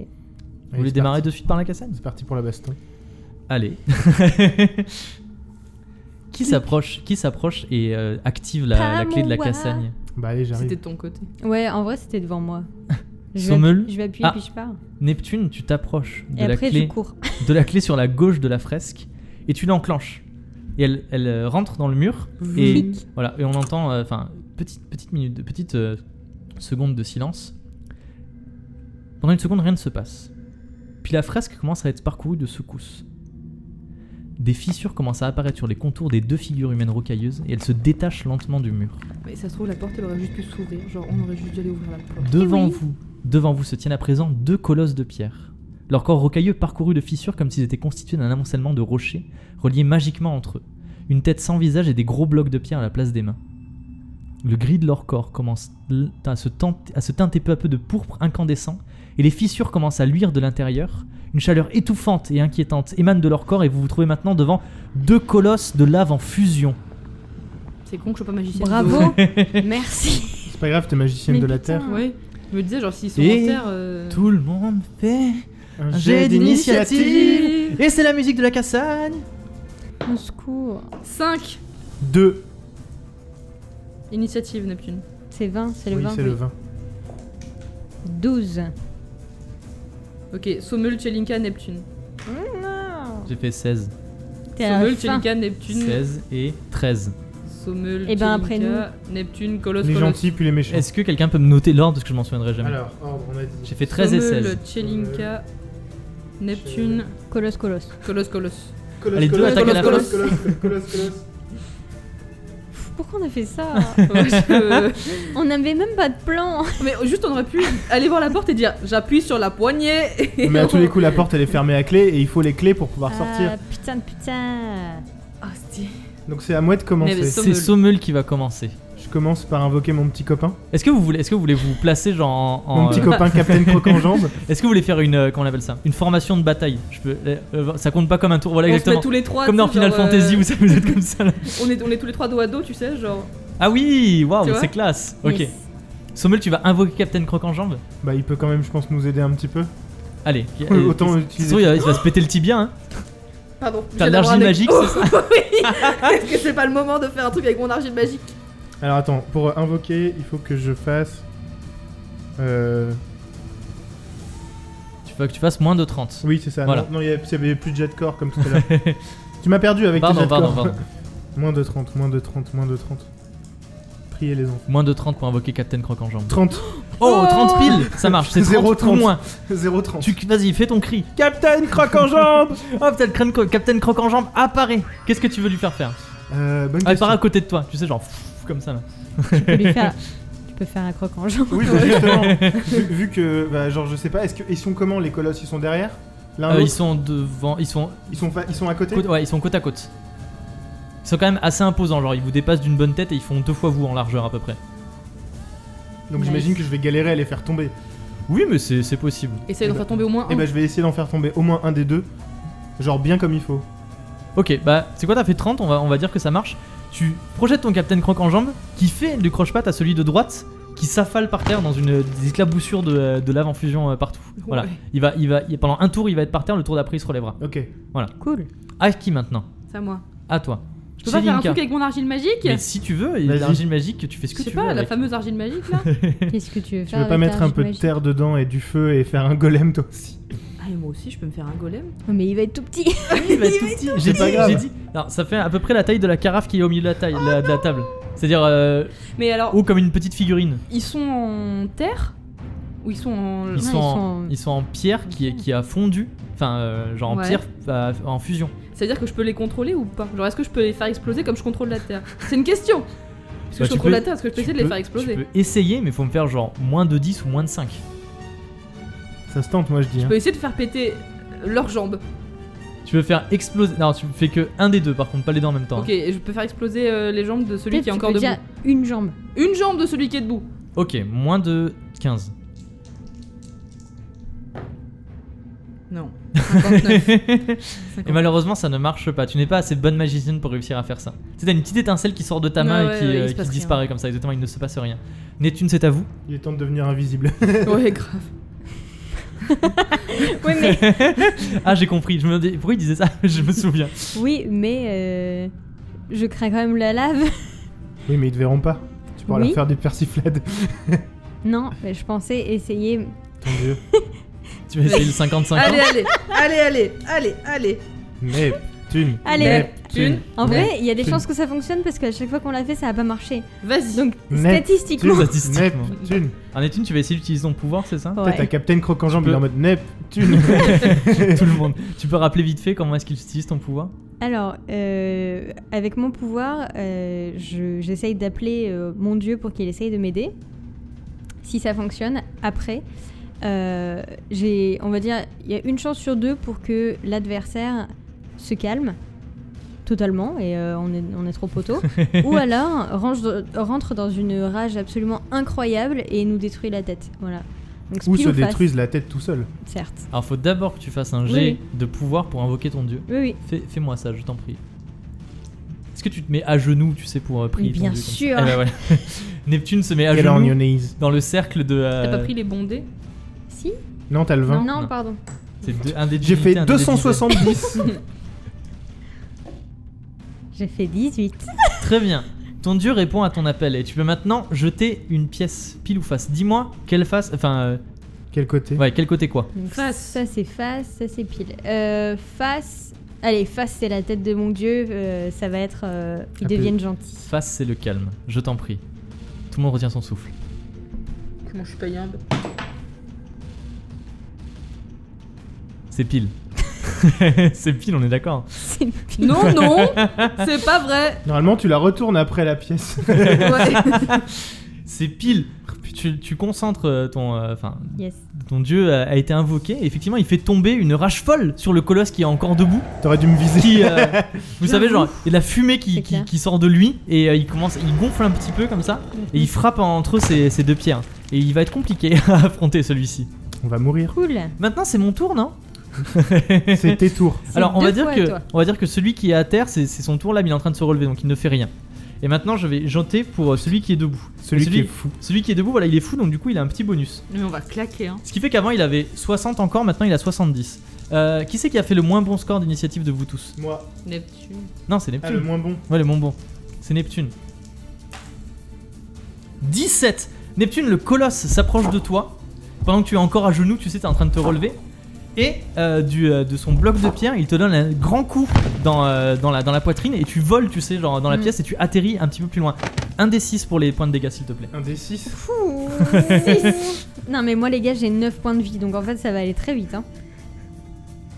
Vous voulez démarrer de suite par la cassette C'est parti pour la baston. (laughs) Allez. qui s'approche Qui s'approche et euh, active la, la clé de la Pamoua. cassagne Bah allez, C'était j'arrive. de ton côté. Ouais, en vrai, c'était devant (laughs) moi. Je vais, Sommel. appu- je vais appuyer Ah. puis je pars. Neptune, tu t'approches de Et la après, clé. je cours. de la clé sur la gauche de la fresque et tu l'enclenches. Et elle, elle euh, rentre dans le mur et Clic. voilà et on entend euh, enfin petite petite minute de petite euh, seconde de silence. Pendant une seconde rien ne se passe. Puis la fresque commence à être parcourue de secousses. Des fissures commencent à apparaître sur les contours des deux figures humaines rocailleuses et elles se détachent lentement du mur. Mais ça se trouve la porte elle aurait juste pu s'ouvrir, genre on aurait juste dû aller ouvrir la porte. Devant Eh oui. vous, devant vous se tiennent à présent deux colosses de pierre. Leur corps rocailleux parcouru de fissures comme s'ils étaient constitués d'un amoncellement de rochers reliés magiquement entre eux. Une tête sans visage et des gros blocs de pierre à la place des mains. Le gris de leur corps commence l- à se, tenter- à se teinter peu à peu de pourpre incandescent et les fissures commencent à luire de l'intérieur. Une chaleur étouffante et inquiétante émane de leur corps et vous vous trouvez maintenant devant deux colosses de lave en fusion. C'est con que je sois pas magicienne. Bravo. (laughs) Merci. C'est pas grave, t'es magicienne Mais de la putain. Terre. (laughs) Ouais. Je me disais genre s'ils sont Et en terre. euh, Tout le monde fait Un jet jet d'initiative et c'est la musique de la cassagne. Au secours. 5 Deux. Initiative Neptune. C'est 20, c'est le Oui, 20. c'est le 20. 12. Ok, Sommel, Chelinka, Neptune. Non. J'ai fait 16. T'es à la Sommel, fin. Chelinka, Neptune. 16 et 13. Sommel, Eh ben, Tchelinka, Neptune, Colosse, Les Colosse. gentils puis les méchants. Est-ce que quelqu'un peut me noter l'ordre parce que je m'en souviendrai jamais Alors, ordre, on a dit. J'ai fait 13 et Sommel, 16. Tchelinka, Neptune, Colosse, colosse. Colosse, Colosse. Colosse, Allez, deux colosse, attaques à la colosse, fois. colosse, colosse, colosse, colosse. Pff, Pourquoi on a fait ça (laughs) Ouais, je- On n'avait même pas de plan. Mais juste, on aurait pu aller voir la porte et dire j'appuie sur la poignée. et Mais à tous on- (laughs) les coups, la porte elle est fermée à clé et il faut les clés pour pouvoir Ah, sortir. putain de putain. Oh, c'était- Donc c'est à moi de Mais commencer. c'est- C'est Sommel. Sommel qui va commencer. Je commence par invoquer mon petit copain. Est-ce que vous voulez, est-ce que vous voulez vous placer genre en, en, Mon petit euh, (laughs) copain Captain Croc en jambes. Est-ce que vous voulez faire une, euh, comment on appelle ça, une formation de bataille Je peux, euh, ça compte pas comme un tour, voilà on se met exactement. tous les trois. Comme dans tu sais, Final genre, euh, Fantasy, vous, vous êtes comme (laughs) ça. là. on, est, on est tous les trois dos à dos, tu sais, genre. Ah oui, waouh, Tu vois c'est classe. Ok. Yes. Sommel, tu vas invoquer Captain Croc en jambe. Bah, il peut quand même, je pense, nous aider un petit peu. Allez. Ouais, autant il, utiliser- il, va, il va se péter le tibia. Hein. Pardon. T'as de j'ai d'avoir l'argile magique, un- Oh, c'est ça (laughs) oui Est-ce que c'est pas le moment de faire un truc avec mon argile magique Alors attends, pour euh, invoquer, il faut que je fasse. Euh... Tu veux que tu fasses moins de 30. Oui, c'est ça. Voilà. Non, non, il y avait- il y avait plus de jet de corps comme tout à l'heure. (laughs) tu m'as perdu avec tes Pardon, jets de pardon, corps. pardon. moins de 30, moins de 30, moins de 30. Priez les enfants. Moins de 30 pour invoquer Captain Croc en jambe. 30, Oh, Oh 30 piles Ça marche, c'est 30 Zéro ou 30. moins. 0, 30. Tu, vas-y, fais ton cri. Captain Croc en (laughs) jambe Hop, t'as le crâne co- Captain Croc en jambe apparaît. Qu'est-ce que tu veux lui faire faire Euh, bonne Ah, il question. part à côté de toi, tu sais, genre pff, comme ça. Là. Tu peux lui faire. Tu peux faire un croc en jambe. Oui, bah, (laughs) justement. vu, vu que, bah, genre, je sais pas, est-ce que ils sont comment les colosses Ils sont derrière L'un Euh, ils l'autre sont devant, ils sont, ils... sont fa- ils sont à côté côte- ouais, ils sont côte à côte. Ils sont quand même assez imposants, genre ils vous dépassent d'une bonne tête et ils font deux fois vous en largeur à peu près. Donc j'imagine que je vais galérer à les faire tomber. Oui, mais c'est c'est possible. Essaye d'en faire tomber au moins Et Eh un. ben, bah, je vais essayer d'en faire tomber au moins un des deux. Genre, bien comme il faut. Ok, bah c'est quoi, t'as fait 30, on va, on va dire que ça marche. Tu projettes ton Captain Croc en jambe qui fait du croche-patte à celui de droite qui s'affale par terre dans une des éclaboussures de, euh, de lave en fusion euh, partout. Voilà, Ouais. il va, il va, il- pendant un tour il va être par terre, le tour d'après il se relèvera. Ok. Cool. À qui maintenant C'est à moi. À toi. Je peux pas faire un Linka. truc avec mon argile magique hein. Mais si tu veux, il y a Vas-y. l'argile magique, tu fais ce Je que sais tu pas, veux. la avec. fameuse argile magique (laughs) là Qu'est-ce que tu veux Tu faire veux pas avec mettre ta un peu de magie terre dedans et du feu et faire un golem toi aussi Ah, et moi aussi, je peux me faire un golem. Oh, Mais il va être tout petit. Il (laughs) va être tout petit. J'ai C'est pas dit, grave. j'ai dit. Non, ça fait à peu près la taille de la carafe qui est au milieu de la taille, la- de la table. C'est-à-dire euh, Mais alors, haut comme une petite figurine. ils sont en terre Ou ils sont en. Ils, Ouais, sont, ils en, sont- ils sont en pierre qui, est- qui a fondu, enfin euh, genre en Ouais. pierre euh, en fusion. Ça veut dire que je peux les contrôler ou pas Genre, est-ce que je peux les faire exploser comme je contrôle la terre C'est une question Parce Bah, que je tu contrôle peux- la terre, est-ce que je Tu peux essayer de peux- les faire exploser Tu peux hein. essayer, mais faut me faire genre moins de 10 ou moins de 5. Ça se tente, moi je dis. Je hein. peux essayer de faire péter leurs jambes. Tu veux faire exploser. Non, tu fais que un des deux, par contre, pas les deux en même temps. Ok, et je peux faire exploser euh, les jambes de celui Peut-être qui est tu encore peux debout. dire une jambe. Une jambe de celui qui est debout. Ok, moins de 15. Non. (laughs) 59. Et malheureusement, ça ne marche pas. Tu n'es pas assez bonne magicienne pour réussir à faire ça. C'est une petite étincelle qui sort de ta main Ah Ouais, et qui, ouais, il euh, se qui passe rien. disparaît comme ça. Exactement, il ne se passe rien. Neptune, c'est à vous. Il est temps de devenir invisible. (laughs) ouais, grave. (laughs) Oui, mais. ah, j'ai compris. Je me dis- Pourquoi il disait ça (laughs) Je me souviens. Oui, mais. euh, Je crains quand même la lave. (laughs) oui, mais ils te verront pas. Tu pourras Oui. leur faire des persiflades. (laughs) Non, mais je pensais essayer. Ton dieu. Tu vas essayer le 55 Allez, allez, allez, allez, allez, allez. Neptune. Allez. Neptune. En vrai, il y a des tu- chances que ça fonctionne parce qu'à chaque fois qu'on l'a fait, ça a pas marché. Vas-y. Donc, Neptune. statistiquement. Statistiquement. Neptune. En Ah, Neptune, tu vas essayer d'utiliser ton pouvoir, c'est ça T'as Ouais. Captain Croc en jambe, il est en mode Neptune. (laughs) (laughs) Tout le monde. Tu peux rappeler vite fait comment est-ce qu'il utilise ton pouvoir Alors, euh, avec mon pouvoir, euh, je- j'essaye d'appeler euh, mon dieu pour qu'il essaye de m'aider. Si ça fonctionne, après, euh, j'ai, on va dire, il y a une chance sur deux pour que l'adversaire se calme totalement et euh, on, est, on est trop poteau. (laughs) Ou alors range- rentre dans une rage absolument incroyable et nous détruit la tête. Voilà. Donc, Ou pile se face, détruisent la tête tout seul. Certes. Alors, faut d'abord que tu fasses un Oui, jet de pouvoir pour invoquer ton dieu. Oui, oui. Fais- Fais-moi ça, je t'en prie. Est-ce que tu te mets à genoux, tu sais, pour euh, prier ton Bien dieu comme ça sûr. Eh ben voilà. (laughs) Neptune se met à Get on your genoux knees. dans le cercle de. euh, T'as pas pris les bondés Si Non, t'as le 20. non, Non. pardon. c'est deux- un des J'ai divinités, fait un des divinités. 270. (laughs) J'ai fait 18. Très bien. Ton dieu répond à ton appel et tu peux maintenant jeter une pièce pile ou face. Dis-moi quelle face. Enfin, euh, Quel côté ouais, quel côté quoi Donc, Face. Ça c'est face, ça c'est pile. Euh, face. Allez, face c'est la tête de mon dieu. euh, ça va être. euh, ils Un peu- deviennent gentils. (laughs) Face, c'est le calme. Je t'en prie. Tout le monde retient son souffle. hein, (laughs) Comment je suis payable C'est pile. (laughs) c'est pile, on est d'accord. C'est une pile. Non, non, c'est pas vrai. Normalement, tu la retournes après la pièce. Ouais. C'est pile. Tu, tu concentres euh, ton, euh, enfin, Yes. ton dieu a, a été invoqué. Et effectivement, il fait tomber une rage folle sur le colosse qui est encore debout. T'aurais dû me viser. Qui, (laughs) euh, vous savez, genre, il y a de la fumée qui, C'est qui, clair. qui sort de lui et euh, il commence, il gonfle un petit peu comme ça. Et Mhm. il frappe entre ses, ses deux pierres. Et il va être compliqué (laughs) à affronter celui-ci. (laughs) On va mourir. Cool. Maintenant, c'est mon tour, non C'est tes tours. (laughs) C'est Alors, on deux va, dire fois à que, toi. on va dire que celui qui est à terre, c'est c'est son tour là, mais il est en train de se relever, donc il ne fait rien. Et maintenant, je vais jeter pour euh, celui qui est debout. Celui, Celui- qui est fou. Celui qui est debout, voilà, il est fou, donc du coup, il a un petit bonus. Mais on va claquer, hein. Ce qui fait qu'avant, il avait 60 encore, maintenant, il a 70. Euh, qui c'est qui a fait le moins bon score d'initiative de vous tous Moi. Neptune. Non, c'est Ah, le Neptune. moins bon. Ouais, le moins bon. C'est Neptune. 17 Neptune, le colosse, s'approche de toi. Pendant que tu es encore à genoux, tu sais, t'es en train de te relever. Et euh, du, euh, de son bloc de pierre, il te donne un grand coup dans, euh, dans, la, dans la poitrine et tu voles, tu sais, genre dans la Mm. pièce et tu atterris un petit peu plus loin. Un des 6 pour les points de dégâts, s'il te plaît. Un des 6. Fou. Six. non, mais moi, les gars, j'ai 9 points de vie, donc en fait, ça va aller très vite. hein.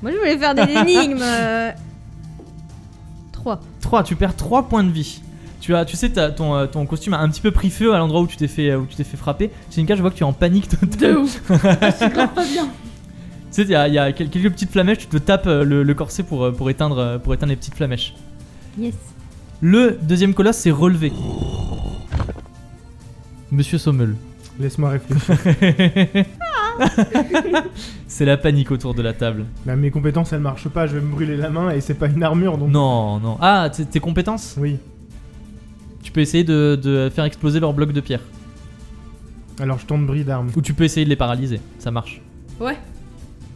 Moi, je voulais (laughs) faire des énigmes. 3. 3, tu perds 3 points de vie. Tu, as, tu sais, t'as- ton, euh, ton costume a un petit peu pris feu à l'endroit où tu t'es fait, euh, où tu t'es fait frapper. C'est une cage, je vois que tu es en panique De totale. (laughs) ouf. Ah, c'est grave pas bien. Tu sais, il y a, il y a quel- quelques petites flamèches, tu te tapes euh, le, le corset pour, euh, pour, éteindre, euh, pour éteindre les petites flamèches. Yes. Le deuxième colosse s'est relevé. Monsieur Sommel. Laisse-moi (laughs) réfléchir. Ah. (laughs) C'est la panique autour de la table. Là, Bah, mes compétences, elles marchent pas. Je vais me brûler la main et c'est pas une armure donc. Non, non. Ah, tes tes compétences Oui. Tu peux essayer de, de faire exploser leur bloc de pierre. Alors je tourne bris d'armes. Ou tu peux essayer de les paralyser. Ça marche. Ouais.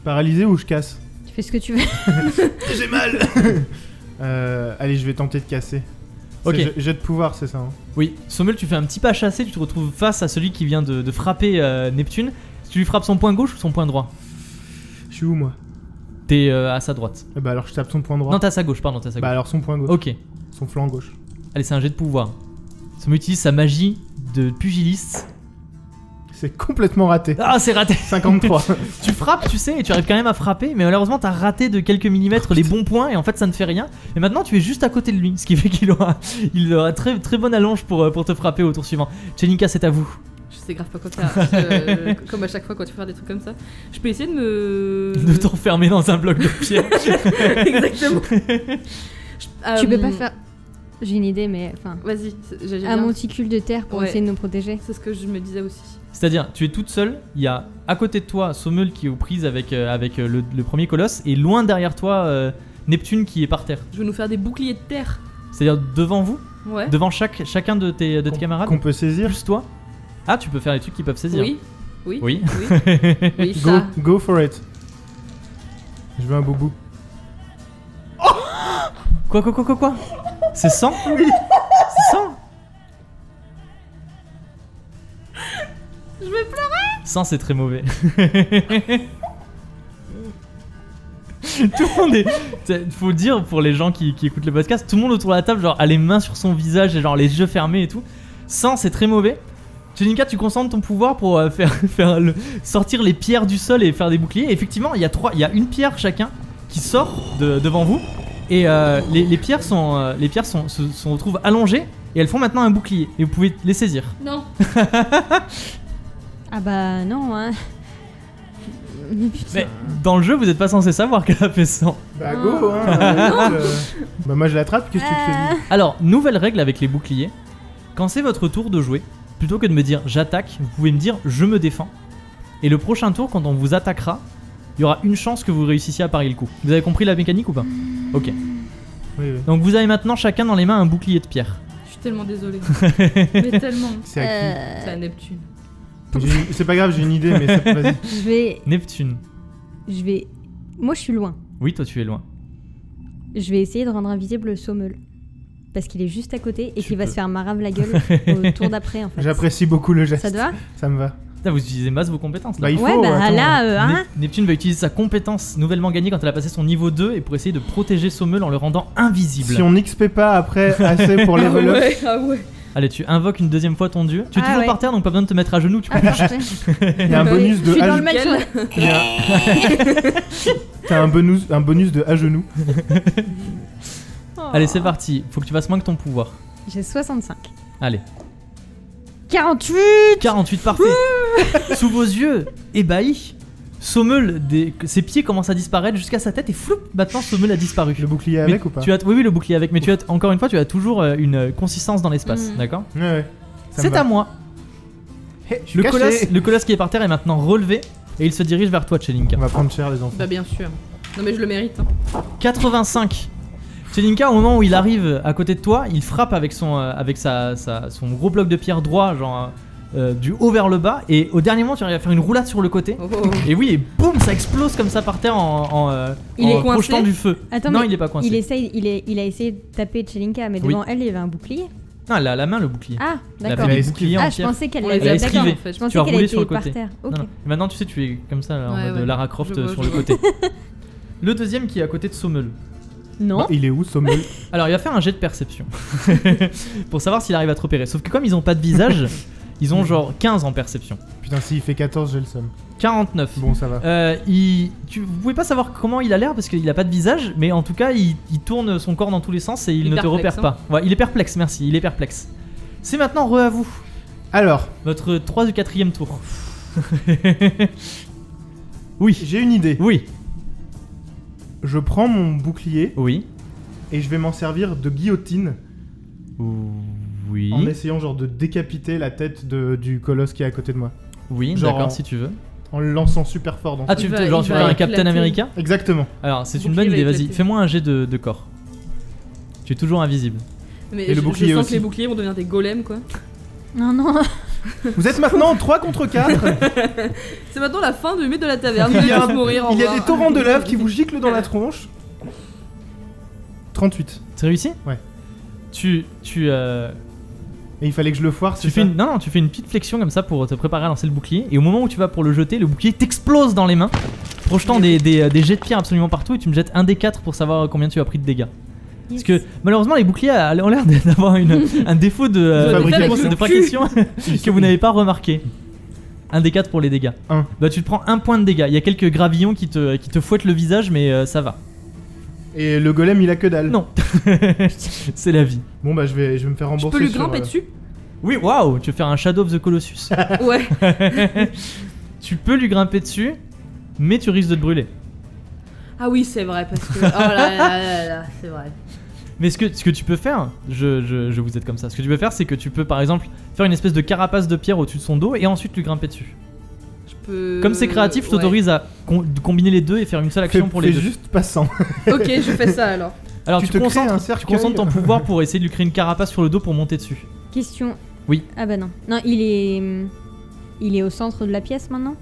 Paralysé ou je casse Tu fais ce que tu veux. J'ai mal (laughs) Euh, Allez, je vais tenter de casser. Ok. C'est- J'ai j'ai de pouvoir, c'est ça. hein. Oui, Sommel, tu fais un petit pas chassé, tu te retrouves face à celui qui vient de, de frapper euh, Neptune. Tu lui frappes son point gauche ou son point droit Je suis où moi T'es euh, à sa droite. Eh Bah alors je tape son point droit. Non, t'es à sa gauche, pardon, t'es à sa bah gauche. alors son point gauche. Ok, Son flanc gauche. allez, c'est un jet de pouvoir. Sommel utilise sa magie de pugiliste. C'est (laughs) complètement raté. Ah, c'est raté 53. Tu frappes, tu sais, et tu arrives quand même à frapper, mais malheureusement, t'as raté de quelques millimètres les bons points, et en fait, ça ne fait rien. Mais maintenant, tu es juste à côté de lui, ce qui fait qu'il aura, (laughs) il aura très, très bonne allonge pour, euh, pour te frapper au tour suivant. Chelinka, c'est à vous. Je sais grave pas quoi faire. Je- (laughs) comme à chaque fois quand tu fais des trucs comme ça. Je peux essayer (laughs) de me. De t'enfermer dans un bloc de pierre. (laughs) Exactement. Je- tu peux pas euh, faire. J'ai une idée, mais enfin. Vas-y, c'est- j'ai- j'ai Un bien- monticule de terre pour Ouais. essayer de nous protéger. C'est ce que je me disais aussi. C'est-à-dire, tu es toute seule, il y a à côté de toi Sommel qui est aux prises avec, euh, avec euh, le, le premier colosse, et loin derrière toi euh, Neptune qui est par terre. Je vais nous faire des boucliers de terre. C'est-à-dire devant vous, Ouais. devant chaque, chacun de tes, de tes Qu'on- camarades, Qu'on peut saisir. plus toi. Ah, tu peux faire des trucs qui peuvent saisir. Oui. Oui. Oui. (laughs) Oui, oui, Go, ça. go for it. Je veux un boubou. Quoi, quoi, quoi, quoi, quoi C'est 100 C'est 100 Je vais pleurer. 100, c'est très mauvais. (laughs) tout le monde est. t'sais, Faut dire pour les gens qui, qui écoutent le podcast, tout le monde autour de la table, genre, a les mains sur son visage et genre les yeux fermés et tout. 100, c'est très mauvais. Jelinka, tu concentres ton pouvoir pour euh, faire, (laughs) faire le- sortir les pierres du sol et faire des boucliers. Et effectivement, il y a trois, il y a une pierre chacun qui sort de- devant vous. Et euh, les, les pierres sont, euh, les pierres sont, se, se retrouvent allongées et elles font maintenant un bouclier. Et vous pouvez les saisir. Non. Ah bah non, hein. Mais dans le jeu, vous n'êtes pas censé savoir qu'elle a fait 100. Ah. Bah go (laughs) hein euh, Bah moi je l'attrape, qu'est-ce que tu fais Ah. Alors, nouvelle règle avec les boucliers. Quand c'est votre tour de jouer, plutôt que de me dire j'attaque, vous pouvez me dire je me défends. Et le prochain tour, quand on vous attaquera, il y aura une chance que vous réussissiez à parier le coup. Vous avez compris la mécanique ou pas Ok. Euh. Oui, oui. Donc vous avez maintenant chacun dans les mains un bouclier de pierre. Je suis (laughs) tellement désolée. mais tellement. C'est à qui Euh, C'est à Neptune. J'ai une- C'est pas grave, j'ai une idée, mais c'est- vas-y. (laughs) Je vais. Neptune. Je vais. Moi, je suis loin. Oui, toi tu es loin. Je vais essayer de rendre invisible le Sommel. Parce qu'il est juste à côté et Tu qu'il va peux. se faire marave la (laughs) gueule au tour d'après, en fait. J'apprécie beaucoup le geste. Ça te va Ça me va. Putain, vous utilisez masse vos compétences là. Bah il faut. Ouais, bah attends. là, euh, hein Nep- Neptune va utiliser sa compétence nouvellement gagnée quand elle a passé son niveau 2 et pour essayer de protéger Sommel en le rendant invisible. (laughs) Si on XP pas après assez pour les ah up ouais, ah ouais. Allez, tu invoques une deuxième fois ton dieu. Tu es Ah toujours ouais. par terre, donc pas besoin de te mettre à genoux. Tu peux Ah, (laughs) parfait. Il y a un Bah, bonus Je de suis dans à- le match. Quel- là. il y a- T'as un bonus, un bonus de à genoux. Oh. Allez, c'est parti. Faut que tu fasses moins que ton pouvoir. J'ai 65. Allez. 48 48 parfait. Sous vos yeux, ébahis, Sommel, des- ses pieds commencent à disparaître jusqu'à sa tête et floup, maintenant Sommel a disparu. Le bouclier Mais avec ou pas tu as, Oui, oui, le bouclier avec, mais tu as, encore une fois, tu as toujours euh, une euh, consistance dans l'espace, Mhm. d'accord Ouais, ouais. Ça me C'est va. à moi. Hey, je suis Le caché. colosse, le colosse qui est par terre est maintenant relevé et il se dirige vers toi, Chelinka. On va prendre cher les enfants. Bah bien sûr. Non mais je le mérite. hein. 85. Chelinka, au moment où il arrive à côté de toi, il frappe avec son, euh, avec sa, sa- son gros bloc de pierre droit, genre euh, du haut vers le bas, et au dernier moment, tu arrives à faire une roulade sur le côté. Oh, oh, oh. Et oui, et boum, ça explose comme ça par terre en, en, euh, Il en est coincé projetant du feu. Attends, non, mais il est pas coincé. Il, essaye, il, est- il a essayé de taper Chelinka, mais Oui. devant elle, il y avait un bouclier. Non, elle a la main, le bouclier. Ah, elle a d'accord. fait Elle des a boucliers en Ah, je pierre. pensais qu'elle On les Elle a a l'avait. esquivé. d'accord, en D'accord. fait. Je Tu as pensais qu'elle roulé était sur le par côté. terre. Non, Ok. non. Et Maintenant, tu sais, tu es comme ça, en Ouais, mode ouais. Lara Croft euh, Je vois, sur je le vois. côté. le deuxième qui est à côté de Sommel. Non. Il est où, Sommel Alors, il va faire un jet de perception (laughs) pour savoir s'il arrive à te repérer. Sauf que comme ils ont pas de visage, ils ont genre 15 en perception. Putain, s'il fait 14, j'ai le seum. 49. (laughs) Bon, ça va. Euh, il- tu, vous pouvez pas savoir comment il a l'air parce qu'il a pas de visage, mais en tout cas, il, il tourne son corps dans tous les sens et il, Il est ne te perplexe, hein. repère pas. Ouais, il est perplexe, merci, il est perplexe. C'est maintenant re à vous, Alors, votre 3 du 4 tour. oui, j'ai une idée. oui, Je prends mon bouclier oui, et je vais m'en servir de guillotine oui, en essayant genre de décapiter la tête de- du colosse qui est à côté de moi. oui, genre en- d'accord, si tu veux. En le lançant super fort dans Ah, tu, va- genre, il tu va veux un éclater. Captain America Exactement. Alors, c'est une Bouclier bonne va idée, vas-y, éclater. fais-moi un jet de, de corps. Tu es toujours invisible. Mais Et le je, je bouclier sens aussi. que les boucliers vont devenir des golems quoi. Non, non. Vous êtes maintenant en 3 contre 4. C'est maintenant la fin du mythe de (laughs) la taverne. Il Vous y a- allez tous mourir. (laughs) au Il y a revoir. des torrents de lave qui vous giclent dans la tronche. 38. Tu réussis Ouais. Tu, tu, euh, Et il fallait que je le foire, Tu c'est fais, ça une, non, non, tu fais une petite flexion comme ça pour te préparer à lancer le bouclier. Et au moment où tu vas pour le jeter, le bouclier t'explose dans les mains, projetant des, euh, des- des jets de pierre absolument partout. Et tu me jettes un des quatre pour savoir combien tu as pris de dégâts. Parce que malheureusement, les boucliers a- ont l'air d'avoir (laughs) une- un défaut de, fabrication. de Avec le fabrication (laughs) que vous n'avez pas remarqué. Un des quatre pour les dégâts. Un. Bah, tu te prends un point de dégâts. Il y a quelques gravillons qui te, qui te fouettent le visage, mais euh, ça va. Et le golem, il a que dalle. Non, c'est la vie. Bon, bah, je vais, je vais me faire Je rembourser. peux lui sur, grimper euh, dessus Oui, waouh, tu veux faire un Shadow of the Colossus. Ouais. tu peux lui grimper dessus, mais tu risques de te brûler. Ah oui, c'est vrai parce que. Oh là là là là, là, c'est vrai. Mais ce que, ce que tu peux faire, je, je, je vous aide comme ça, ce que tu peux faire, c'est que tu peux par exemple faire une espèce de carapace de pierre au-dessus de son dos et ensuite lui grimper dessus. Je peux. Comme c'est créatif, je t'autorise à com- de combiner les deux et faire une seule Fais, action pour les fais deux. juste passant. Ouais. Ok, je fais ça alors. Alors tu tu, te crées un concentres, tu cercueil. concentres ton pouvoir pour essayer de lui créer une carapace sur le dos pour monter dessus. Question. Oui. Ah bah non. Non, il est. hum, Il est au centre de la pièce maintenant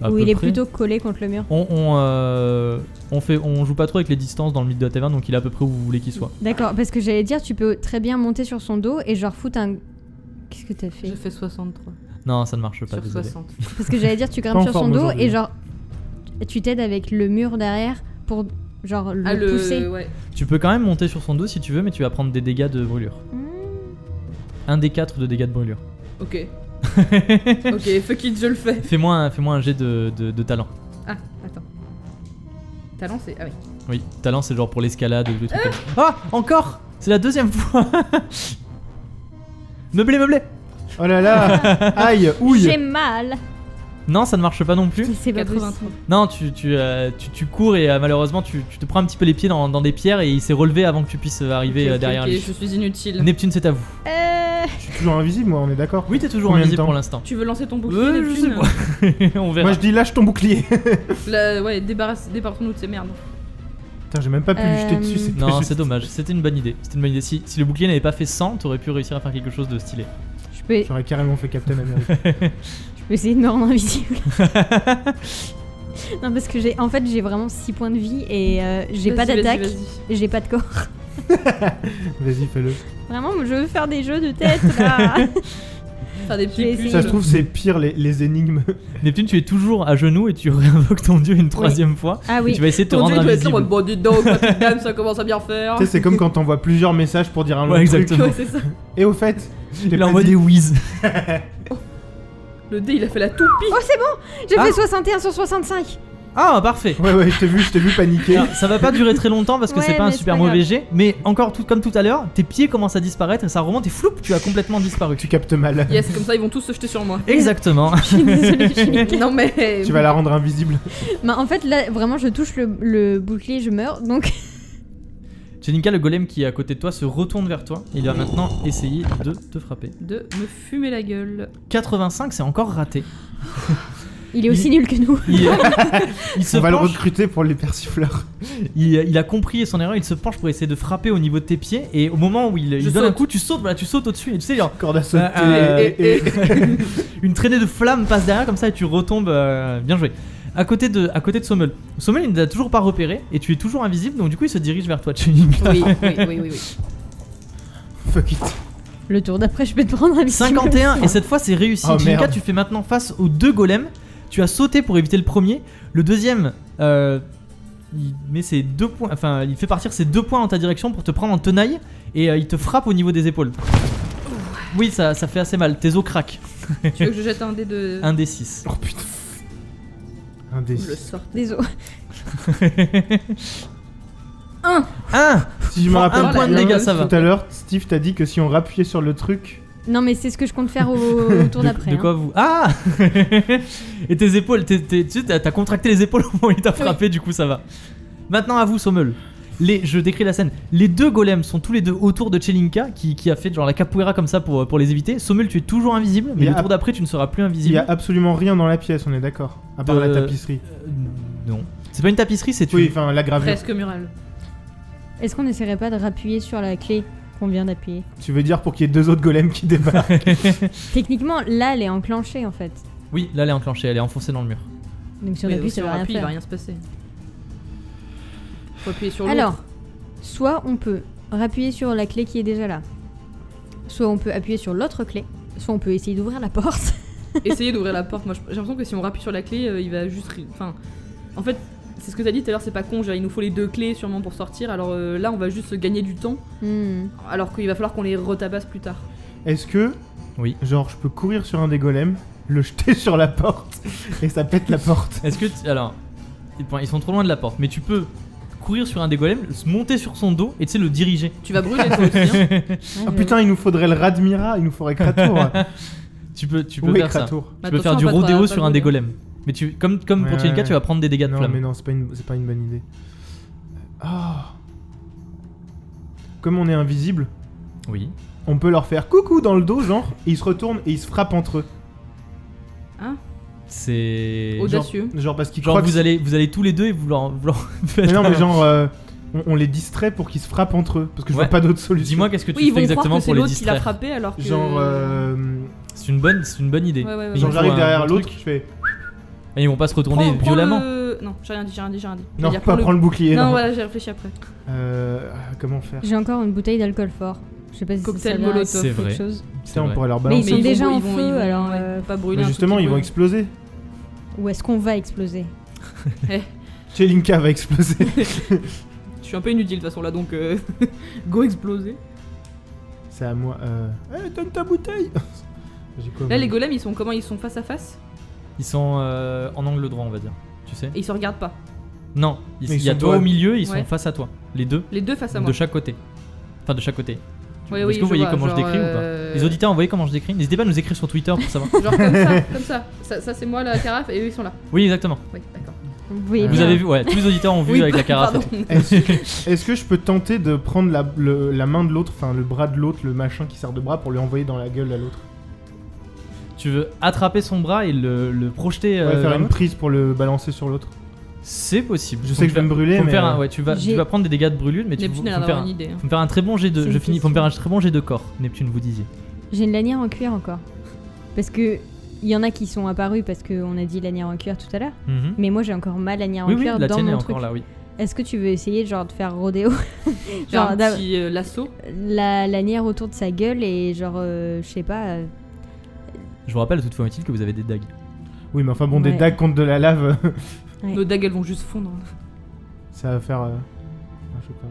À Ou peu il est près. plutôt collé contre le mur On, on, euh, on fait, on joue pas trop avec les distances dans le mythe de la taverne, donc il est à peu près où vous voulez qu'il soit. D'accord, parce que j'allais dire, tu peux très bien monter sur son dos et genre foutre un. Qu'est-ce que t'as fait J'ai fait 63 Non, ça ne marche pas, sur désolé. 60. Parce que j'allais dire, tu Pas en grimpes sur son forme dos aujourd'hui. et genre. Tu t'aides avec le mur derrière pour genre le Ah le. pousser. Ouais. Tu peux quand même monter sur son dos si tu veux, mais tu vas prendre des dégâts de brûlure. Hmm. Un des quatre de dégâts de brûlure. Ok. ok, fuck it, je le fais. Fais-moi un, fais un jet de- de- de talent. Ah, attends. T'as lancé Ah oui. Oui, talent c'est genre pour l'escalade ou des trucs comme ça. Ah Encore C'est la deuxième fois (laughs) Meublé, meublé Oh (laughs) là là Aïe J'ai Ouille mal Non, ça ne marche pas non plus. Mais C'est pas 83. possible. Non, tu, tu, euh, tu, tu cours et euh, malheureusement tu, tu te prends un petit peu les pieds dans, dans des pierres et il s'est relevé avant que tu puisses euh, arriver Ok, euh, ok, derrière ok, lui. Je suis inutile. Neptune, c'est à vous. Euh, Je suis toujours invisible, moi, on est d'accord Oui, t'es toujours Combien de invisible temps pour (laughs) l'instant. Tu veux lancer ton bouclier Euh, je sais Neptune pas. On verra. Moi, je dis lâche ton bouclier (laughs) La- Ouais, débarrasse- débarrassons-nous de ces merdes. Putain, j'ai même pas pu lui jeter Euh, dessus, c'est pas (laughs) Non, juste. c'est dommage. C'était une bonne idée. C'était une bonne idée. Si, si le bouclier n'avait pas fait 100, t'aurais pu réussir à faire quelque chose de stylé. (laughs) je, peux, J'aurais carrément fait Captain America. je peux essayer de me rendre (laughs) invisible. non, parce que j'ai. En fait, j'ai vraiment 6 points de vie et euh, j'ai pas Vas-y, vas-y, d'attaque, vas-y. et j'ai pas de corps. Vas-y, fais-le. Vraiment, je veux faire des jeux de tête là faire vais des petits essayer. plus. Ça se trouve, c'est pire les, les (laughs) énigmes. Neptune, tu es toujours à genoux et tu (laughs) réinvoques ton dieu une troisième fois. (laughs) Ah Et oui, tu vas essayer de te Ton dieu, rendre il doit être là en invisible. mode, bon, dis donc, ma petite dame, ça commence à bien faire. tu sais, c'est comme quand t'envoies plusieurs messages pour dire un Ouais, long truc. exactement. Ouais, c'est ça. Et au fait, je t'ai Il pas envoie dit- des (laughs) whiz. Le dé, il a fait la toupie. j'ai Ah. fait 61 sur 65. Ah, parfait. Ouais, ouais, je t'ai vu, je t'ai vu paniquer. Alors, ça va pas durer très longtemps parce que Ouais, c'est pas un mais c'est super pas mauvais grave. jet, mais encore tout, comme tout à l'heure, tes pieds commencent à disparaître et ça remonte et floup, tu as complètement (laughs) disparu. Tu captes mal. Yes, comme ça, ils vont tous se jeter sur moi. Exactement. (laughs) Je suis désolée, je suis niquée. (laughs) Non, mais. Tu vas la rendre invisible. (laughs) Bah, en fait, là, vraiment, je touche le, le bouclier, je meurs. Donc, Jelinka, le golem qui est à côté de toi, se retourne vers toi. Il va maintenant essayer de te frapper. De me fumer la gueule. 85, c'est encore raté. il est aussi nul que nous. Il, (laughs) il se On va le penche, recruter pour les persifleurs. il, il a compris son erreur, il se penche pour essayer de frapper au niveau de tes pieds et au moment où il, il donne un saute. coup, tu sautes, voilà, tu sautes au-dessus et tu sais, genre, (laughs) Corde à sauter. Euh, et- et- une traînée de flammes passe derrière comme ça et tu retombes. euh, bien joué. À côté de, à côté de Sommel. Sommel, il ne t'a toujours pas repéré et tu es toujours invisible, donc du coup, il se dirige vers toi, (laughs) Chelinka. Oui, oui, oui, oui. oui. Fuck it. Le tour d'après, je vais te prendre un petit 51 et cette fois, c'est réussi. Oh, Chelinka, merde. tu fais maintenant face aux deux golems. Tu as sauté pour éviter le premier. Le deuxième, euh, il met ses deux points, enfin, il fait partir ses deux points en ta direction pour te prendre en tenaille et euh, il te frappe au niveau des épaules. Oui, ça, ça fait assez mal. Tes os craquent. Tu veux que je jette un dé de. Un des 6 Oh putain. Un des Le sort. Désolé. 1 Si je me Prends un rappelle point de bien, dégâts, ça va. Tout à l'heure, Steve t'a dit que si on rappuyait sur le truc, Non, mais c'est ce que je compte faire au, au tour de, d'après. hein. de quoi vous Ah (laughs) Et tes épaules, t'es- t'es- tu sais, t'as t'as contracté les épaules (laughs) au moment où il t'a frappé, du coup ça va. Maintenant à vous, Sommel. Les, je décris la scène. Les deux golems sont tous les deux autour de Chelinka qui, qui a fait genre la capoeira comme ça pour, pour les éviter. Sommel, tu es toujours invisible, mais Il y le a- tour d'après, tu ne seras plus il y invisible. a absolument rien dans la pièce, on est d'accord. À part Euh, la tapisserie. Euh, non. C'est pas une tapisserie, c'est Oui, une- enfin la gravure. Presque mural. hein. Est-ce qu'on n'essaierait pas de rappuyer sur la clé qu'on vient d'appuyer Tu veux dire pour qu'il y ait deux autres golems qui débarquent Techniquement, là, elle est enclenchée en fait. Oui, là elle est enclenchée, elle est enfoncée dans le mur. Donc si on Oui, appuie, si ça on va rien appuie, il va faire. rien se passer. Faut appuyer sur l'autre. Alors, (laughs) soit on peut rappuyer sur la clé qui est déjà là, soit on peut appuyer sur l'autre clé, soit on peut essayer d'ouvrir la porte. (laughs) Essayez d'ouvrir la porte. Moi, je- j'ai l'impression que si on rappuie sur la clé, euh, il va juste. ri- Enfin, en fait, c'est ce que t'as dit tout à l'heure, c'est pas con. genre, Il nous faut les deux clés sûrement pour sortir. Alors euh, là, on va juste gagner du temps. Hmm. Alors qu'il va falloir qu'on les retabasse plus tard. Est-ce que. Oui. Genre, je peux courir sur un des golems, le jeter sur la porte, et ça pète la porte. Est-ce que. tu- alors, ils- ils sont trop loin de la porte, mais tu peux courir sur un des golems, se monter sur son dos et tu sais le (laughs) diriger. Tu vas brûler toi (laughs) aussi. hein. Ouais, Ah je- putain, il nous faudrait le Radmira, il nous faudrait Kratour. Tu peux, (laughs) tu peux Où est faire ça. Kratour Tu peux Bah, Attention faire à du pas te- rodéo à pas sur un des brûler. golems. Mais tu, comme, comme pour Ouais, Tchelinka, ouais. tu vas prendre des dégâts de Non, flamme. mais non, c'est pas, une- c'est pas une bonne idée. Ah. Comme on est invisible, Oui. on peut leur faire coucou dans le dos, genre, et ils se retournent et ils se frappent entre eux. C'est. Audace- Genre, Audacieux. Genre, genre parce qu'ils genre croient que vous, allez, vous allez tous les deux et vous leur. vous leur (laughs) faites Mais non, un- mais genre, euh, on, on les distrait pour qu'ils se frappent entre eux, parce que je Ouais. vois pas d'autre solution. Dis-moi qu'est-ce que tu Oui, ils fais vont exactement croire que c'est pour les l'autre qui l'a distraire. frappé alors que. Genre, euh, C'est une bonne, c'est une bonne idée. Ouais, ouais, ouais, Mais ouais. il genre faut j'arrive un derrière bon l'autre, truc. je fais. Et ils vont pas se Prends- retourner prends violemment. le- Non, j'ai rien dit, j'ai rien dit, j'ai rien dit. Non, J'allais dire, pas prendre le bouclier. Non, non. voilà, j'ai réfléchi après. Euh, ah, comment faire J'ai encore une bouteille d'alcool fort. Je sais pas si Cocktail ça vient à Molotov. C'est quelque vrai. chose. C'est Tiens, on vrai. pourrait leur Mais ils balancer. sont déjà en vont- feu, ils vont, alors, ouais, euh, pas brûler. Mais un justement, truc qui ils vont brûle. exploser. (laughs) Ou est-ce qu'on va exploser Chelinka va exploser. (laughs) Je suis un peu inutile de toute façon là, donc euh, (laughs) go exploser. C'est à moi. Euh... Eh, donne ta bouteille (laughs) J'ai quoi moi Là, les golems, ils sont comment Ils sont face à face Ils sont euh, en angle droit, on va dire. Tu sais et ils se regardent pas. Non, ils- Mais ils il y a sont toi doigts. au milieu, ils Ouais. sont face à toi. Les deux, Les deux face à moi. de chaque côté. Enfin, de chaque côté. Ouais, Est-ce oui, que vous je voyez vois, comment je genre, décris ou pas euh, Les auditeurs, vous voyez comment je décris N'hésitez pas à nous écrire sur Twitter pour savoir. Genre (laughs) comme ça, comme ça. Ça, ça, c'est moi la carafe et eux ils sont là. Oui, exactement. (laughs) Oui, d'accord. Vous voyez Vous Vous Eh bien. avez vu, ouais, tous les auditeurs ont vu Oui, avec la carafe. et pardon. Est-ce est-ce que je peux tenter de prendre la, le- la main de l'autre, enfin le bras de l'autre, le machin qui sert de bras pour lui envoyer dans la gueule à l'autre (laughs) Tu veux attraper son bras et le, le projeter. Ouais, euh, faire vers une l'autre prise pour le balancer sur l'autre. C'est possible. Je sais que je vais me brûler, Faut me mais, faire un- euh, ouais, tu vas, tu J'ai- vas prendre des dégâts de brûlure, mais tu faut Neptune me elle a faire d'avoir une un, idée. hein. faut me faire un très bon jet C'est de. Je une finis. Faut me question. faire un très bon jet de corps. Neptune, vous disiez. J'ai une lanière en cuir encore. Parce que il y en a qui sont apparus parce qu'on a dit lanière en cuir tout à l'heure. Mhm. Mais moi j'ai encore ma lanière Oui, en oui, cuir la dans tienne est mon encore truc. là, oui. Est-ce que tu veux essayer genre de faire rodéo (laughs) Genre un d'a- petit euh, lasso. la lanière autour de sa gueule et genre euh, je sais pas euh, Je vous rappelle toutefois utile que vous avez des dagues. Oui, mais enfin bon, des Ouais. dagues contre de la lave, (laughs) Ouais. Nos dagues, elles vont juste fondre. ça va faire. euh, ah, je sais pas.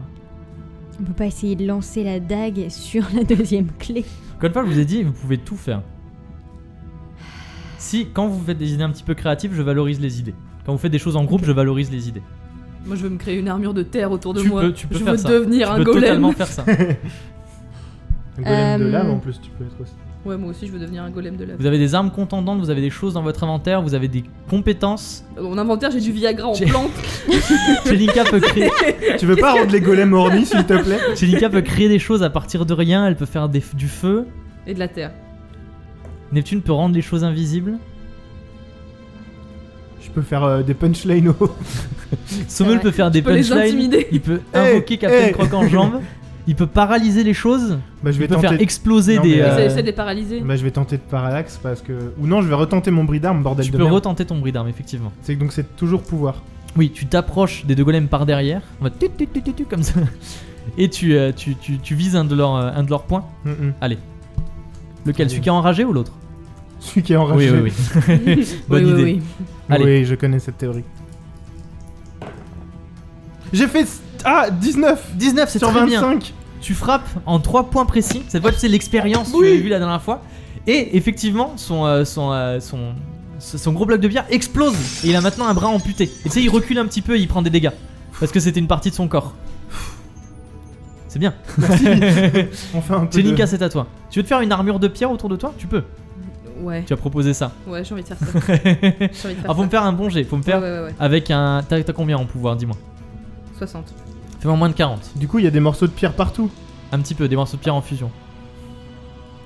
On peut pas essayer de lancer la dague sur la deuxième clé. Encore une fois, je vous ai dit, vous pouvez tout faire. Si, quand vous faites des idées un petit peu créatives, je valorise les idées. Quand vous faites des choses en groupe, je valorise les idées. Moi, je veux me créer une armure de terre autour de Tu moi. peux- tu peux je faire veux ça. devenir Tu un peux golem. totalement faire (laughs) ça. Un golem de Euh, lave en plus, tu peux être aussi. Ouais, moi aussi, je veux devenir un golem de lave. Vous avez des armes contendantes, vous avez des choses dans votre inventaire, vous avez des compétences. (laughs) Mon inventaire, j'ai du Viagra en J'ai- plante. Chelinka peut créer, tu veux pas rendre les golems ornis, s'il te plaît Chelinka peut créer des choses à partir de rien, elle peut faire des- du feu. Et de la terre. Neptune peut rendre les choses invisibles. Je peux faire euh, des punchlines au. (laughs) Sommel vrai. peut faire des Je peux les punchlines. intimider. Il peut Hey, invoquer Captain hey. Croc en jambe. Il peut paralyser les choses. Bah, je vais Il peut faire tenter. exploser Non, des. mais- Ils euh, essaient de les paralyser. Bah, je vais tenter de parallaxe parce que. Ou non, je vais retenter mon bris d'armes, bordel Tu de peux merde. retenter ton bris d'armes, effectivement. C'est donc c'est toujours pouvoir. Oui, tu t'approches des deux golems par derrière, en mode tut, tut, tut, tut, tut, comme ça, et tu, euh, tu, tu, tu vises un de leurs euh, un de leurs points. Hum, hum. Lequel Oui. Celui qui est enragé ou l'autre Celui qui est Oui, enragé. oui, oui. (laughs) Bonne Oui, oui, idée. oui. Allez. Oui, je connais cette théorie. J'ai fait. Ah 19 19, c'est Sur très 25 bien. Tu frappes en 3 points précis. Cette fois, c'est l'expérience, tu Oui. l'avais vu la dernière fois. Et effectivement, son, euh, son, euh, son, son, son gros bloc de bière explose. Et il a maintenant un bras amputé. Et tu sais, il recule un petit peu et il prend des dégâts. Parce que c'était une partie de son corps. C'est (laughs) bien. Enfin un peu. de- Jelinka, (laughs) c'est à toi. Tu veux te faire une armure de pierre autour de toi Tu peux. Ouais, Tu as proposé (laughs) ça. ouais, j'ai envie de (laughs) faire ça. J'ai envie de faire Ah, faut ça. me faire un bon jet, faut me faire Ouais, ouais, ouais, ouais. avec un. T'as t'as combien en pouvoir, dis-moi 60. Fais-moi moins de 40. Du coup, il y a des morceaux de pierre partout. Un petit peu, des morceaux de pierre en fusion.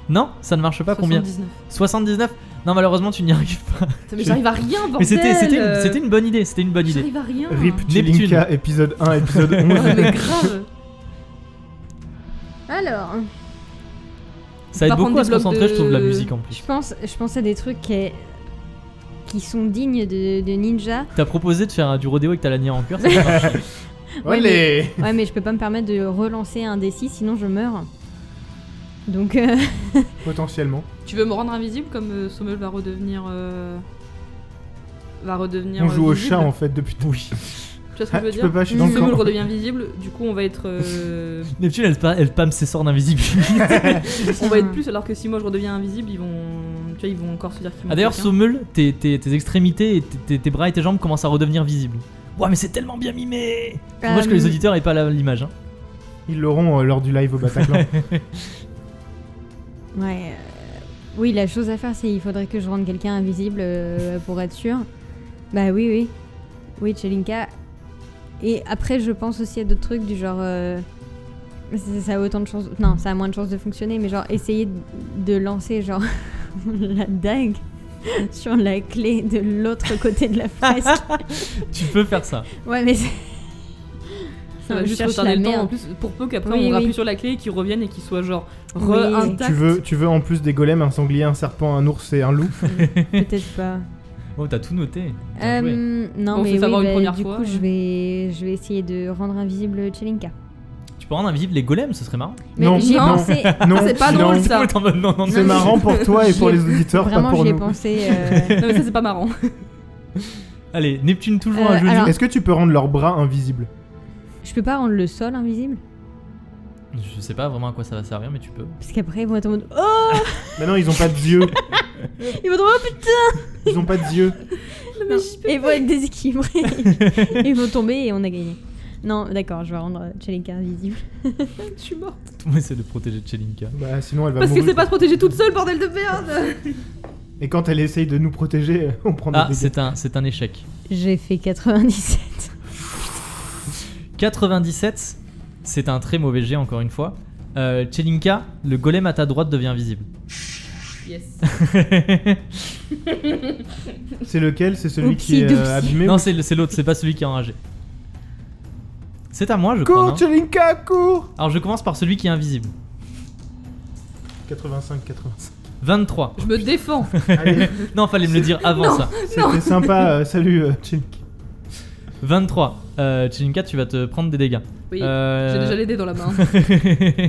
Non Ça ne marche pas, combien 79. 79 Non, malheureusement, tu n'y arrives pas. Putain, Mais j'arrive à rien, bordel Mais c'était c'était une, euh. c'était une bonne idée, c'était une bonne idée. J'arrive à rien RIP Neptune. Jelinka, épisode 1, (laughs) épisode Ouais, 11. mais grave Alors, Ça aide Par beaucoup contre, à se des blocs concentrer, je trouve, la de- musique en je plus. pense, je pense à des trucs qui, qui sont dignes de, de ninja. T'as proposé de faire euh, du rodéo avec ta lanière en cuir, ça marche. (laughs) Allez Ouais, mais je peux pas me permettre de relancer un D6, sinon je meurs. Donc, euh, Potentiellement. Tu veux me rendre invisible comme euh, Sommel va redevenir. euh, Va redevenir. On euh, joue au visible. chat en fait depuis tout. Oui. Tu vois ce que Ah, je veux tu dire peux pas, je suis dans le Sommel camp. redevient invisible, du coup on va être. euh, Neptune, elle, pa- elle pâme ses sorts d'invisibilité. (laughs) on va être plus alors que si moi je redeviens invisible, ils vont. Tu vois, ils vont encore se dire qu'ils m'ont Ah, D'ailleurs, quelqu'un. Sommel, tes, tes- tes extrémités et tes, tes- tes bras et tes jambes commencent à redevenir visibles. Ouah, mais c'est tellement bien mimé C'est Bah, dommage que les Euh, auditeurs aient pas la- l'image. hein. (laughs) Ils l'auront euh, lors du live au Bataclan. ouais. euh, oui, la chose à faire, c'est il faudrait que je rende quelqu'un invisible euh, pour être sûr. Bah oui, oui. Oui, Chelinka. Et après, je pense aussi à d'autres trucs du genre. euh, ça ça a autant de chances. Non, ça a moins de chances de fonctionner, mais genre essayer de- de lancer genre (laughs) la dague sur la clé de l'autre côté de la (laughs) fresque. Tu peux faire ça. ouais, mais c'est. Ça va Je juste cherche retarder la le temps merde. en plus pour peu qu'après Oui, on oui. appuie sur la clé et qu'ils reviennent et qu'ils soient genre re Oui. intacts. tu, veux, tu veux en plus des golems, un sanglier, un serpent, un ours et un loup Peut-être pas. Oh, t'as tout noté. Bien joué. Euh, non, On se mais fait oui, savoir une bah, première du fois, coup, ouais. je, vais, je vais essayer de rendre invisible Chelinka. Tu peux rendre invisible les golems, ce serait marrant. Mais Non, j'y ai non. pensé. Non, Ah, C'est pas sinon, drôle, ça. (laughs) Tout le monde en mode non, non, C'est non. mais- marrant pour toi et pour J'y ai- les auditeurs, pas Vraiment, pour j'y ai nous. pensé. euh, Non mais ça c'est pas marrant. (laughs) Allez, Neptune toujours Euh, un jeu alors- Est-ce que tu peux rendre leurs bras invisibles je peux pas rendre le sol invisible Je sais pas vraiment à quoi ça va servir, mais tu peux. Parce qu'après, ils vont être en mode (laughs) Oh Bah non, ils ont pas de yeux. Ils vont être en oh, mode, Ils ont pas de yeux. Non. Et ils vont être déséquilibrés. ils vont tomber et on a gagné. Non, d'accord, je vais rendre Chelinka invisible. je suis morte. Tout le monde essaie de protéger Chelinka. Bah sinon elle va Parce que mourir. c'est pas se protéger toute seule, bordel de merde Et quand elle essaye de nous protéger, (laughs) on prend des Ah, dégâts. c'est un, c'est un échec. J'ai fait 97. 97, c'est un très mauvais jet encore une fois. Euh, Chelinka, le golem à ta droite devient (laughs) invisible. Yes. C'est lequel C'est celui qui Oupsie, est doupsie. euh, abîmé non, c'est, le- c'est l'autre, c'est pas celui qui est enragé. C'est à moi, je crois. Cours, non Tchelinka, cours Alors je commence par celui qui est invisible. 85, 85. 23. Je me défends. (laughs) Allez, Non, fallait me le dire avant Non. ça. c'était sympa. euh, salut, euh, Tchelinka. 23. Euh, Chelinka, tu vas te prendre des dégâts. Oui, Euh, J'ai (laughs) déjà les dés dans la main.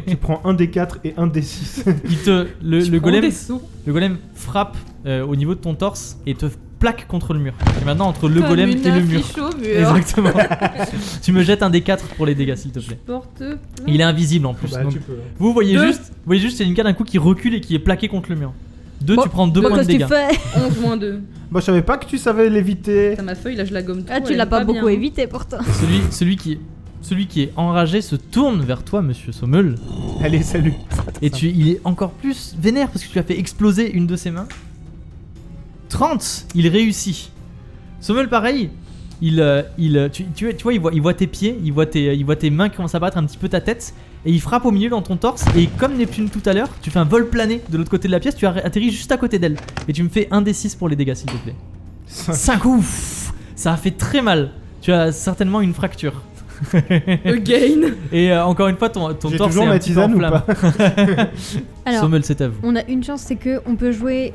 Tu prends un des 4 et un (laughs) des 6. il te, le, Je le prends golem, des sous. le golem frappe euh, au niveau de ton torse et te plaque contre le mur. Et maintenant, entre le Comme golem une et le mur. affiche au (laughs) mur. Exactement. tu me jettes un des 4 pour les dégâts, s'il te plaît. Porte plainte. Il est invisible en plus. Bah, donc tu peux. Vous voyez Deux. juste, vous voyez juste, c'est une carte d'un coup qui recule et qui est plaquée contre le mur. Deux, Bon, bah, tu prends deux Bon, points de Bah, qu'est-ce que tu dégâts. fais 11 moins 2. Moi, Bah, je savais pas que tu savais l'éviter. T'as ma feuille, là je la gomme tout. Ah, tu elle l'as est pas, beaucoup bien. évité pourtant. Celui, celui qui est, celui qui est enragé se tourne vers toi, Monsieur Sommel, (laughs) Allez, salut. et tu, il est encore plus vénère parce que tu as fait exploser une de ses mains. 30, il réussit. Sommel, pareil. Il, euh, il, euh, tu, tu, tu vois, il voit, il voit tes pieds, il voit tes, il voit tes mains qui commencent à battre un petit peu ta tête, et il frappe au milieu dans ton torse. Et comme Neptune tout à l'heure, tu fais un vol plané de l'autre côté de la pièce, tu arri- atterris juste à côté d'elle, et tu me fais un des 6 pour les dégâts, s'il te (laughs) plaît. 5 ouf Ça a fait très mal. Tu as certainement une fracture. (laughs) Again. Et euh, encore une fois, ton, ton J'ai torse est toujours un ma petit peu en tisane ou flamme. pas Alors, Sommel, c'est à vous. on a une chance, c'est que on peut jouer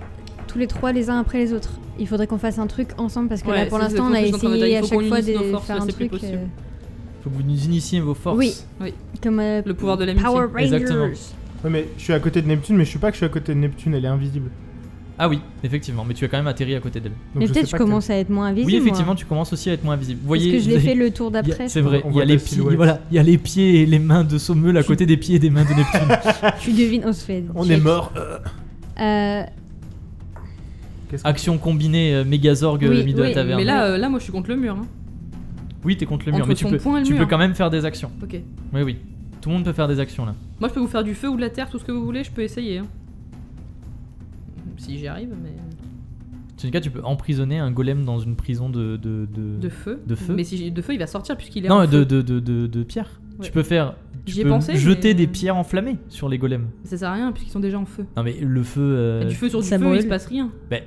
tous les trois les uns après les autres. Il faudrait qu'on fasse un truc ensemble parce que là Ouais, pour c'est- l'instant on c'est a ce que je suis en train de dire, essayé il à faut chaque qu'on fois unisse nos de forces, faire là, un c'est plus truc euh, possible. Faut que vous nous initiez vos forces. Oui. comme euh, Le pouvoir de l'amitié. Power Rangers. Exactement. Ouais, mais je suis à côté de Neptune, mais je suis pas que je suis à côté de Neptune, elle est invisible. Ah oui, effectivement, mais tu as quand même atterri à côté d'elle. Donc Mais je peut-être sais je pas que t'as- commence à être moins invisible. Oui, effectivement, moi. tu commences aussi à être moins invisible. Vous Parce voyez, que je vous l'ai avez- fait le tour il y a- d'après. je C'est crois. vrai, On il y, voit a les ta pieds, silhouette. voilà, il y a les pieds et les mains de Sommel à côté des pieds et des mains de Neptune. Tu devines, on se fait. On check. est mort. Euh, Euh, qu'est-ce que- Action combinée euh, Megazorg Oui, euh, mis de la oui, taverne. Mais là, euh, là, moi je suis contre le mur. hein. oui, t'es contre le mur, entre mais tu, son peux, poing et le tu mur. peux quand même faire des actions. Ok. Oui, oui. Tout le monde peut faire des actions là. Moi je peux vous faire du feu ou de la terre, tout ce que vous voulez, je peux essayer. hein. Si j'y arrive, mais. Sonika, tu peux emprisonner un golem dans une prison de- de- de, De feu. De feu Mais si j'ai- de feu, il va sortir puisqu'il est. Non, en de, feu. de, de, de, de pierre. Ouais. Tu peux faire. Tu J'y ai peux pensé, jeter mais- euh, des pierres enflammées sur les golems. Ça sert à rien puisqu'ils sont déjà en feu. Non, mais le feu. euh, Et Ah, du feu sur du ça feu, brûle. il se passe rien. Mais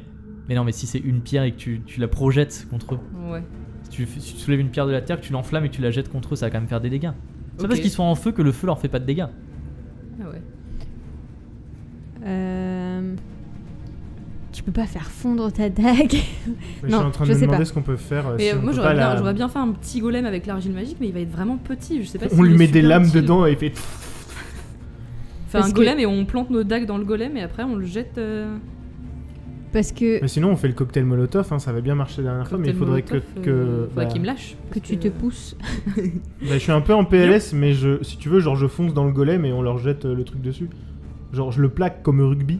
non, mais si c'est une pierre et que tu, tu la projettes contre eux, Ouais. si tu, si tu soulèves une pierre de la terre, que tu l'enflammes et que tu la jettes contre eux, ça va quand même faire des dégâts. C'est pas Ok. parce qu'ils sont en feu que le feu leur fait pas de dégâts. Ah ouais. euh, Tu peux pas faire fondre ta dague. (laughs) Mais Non, je suis en train je de me sais demander pas. ce qu'on peut faire. euh, Mais si euh, on moi peut j'aurais pas bien, la- j'aurais bien fait un petit golem avec l'argile magique, mais il va être vraiment petit. Je sais pas On s'il lui est met des super lames utile. dedans et il fait. (laughs) Faire Parce un que- golem et on plante nos dagues dans le golem et après on le jette. euh, Parce que, Mais sinon, on fait le cocktail Molotov, hein, ça avait bien marché la dernière fois, mais il cocktail faudrait que. Molotov, que euh, faudrait bah, qu'il me lâche. parce que tu te pousses. bah, je suis un peu en PLS, mais je, si tu veux, genre je fonce dans le golem et on leur jette euh, le truc dessus. Genre je le plaque comme au rugby.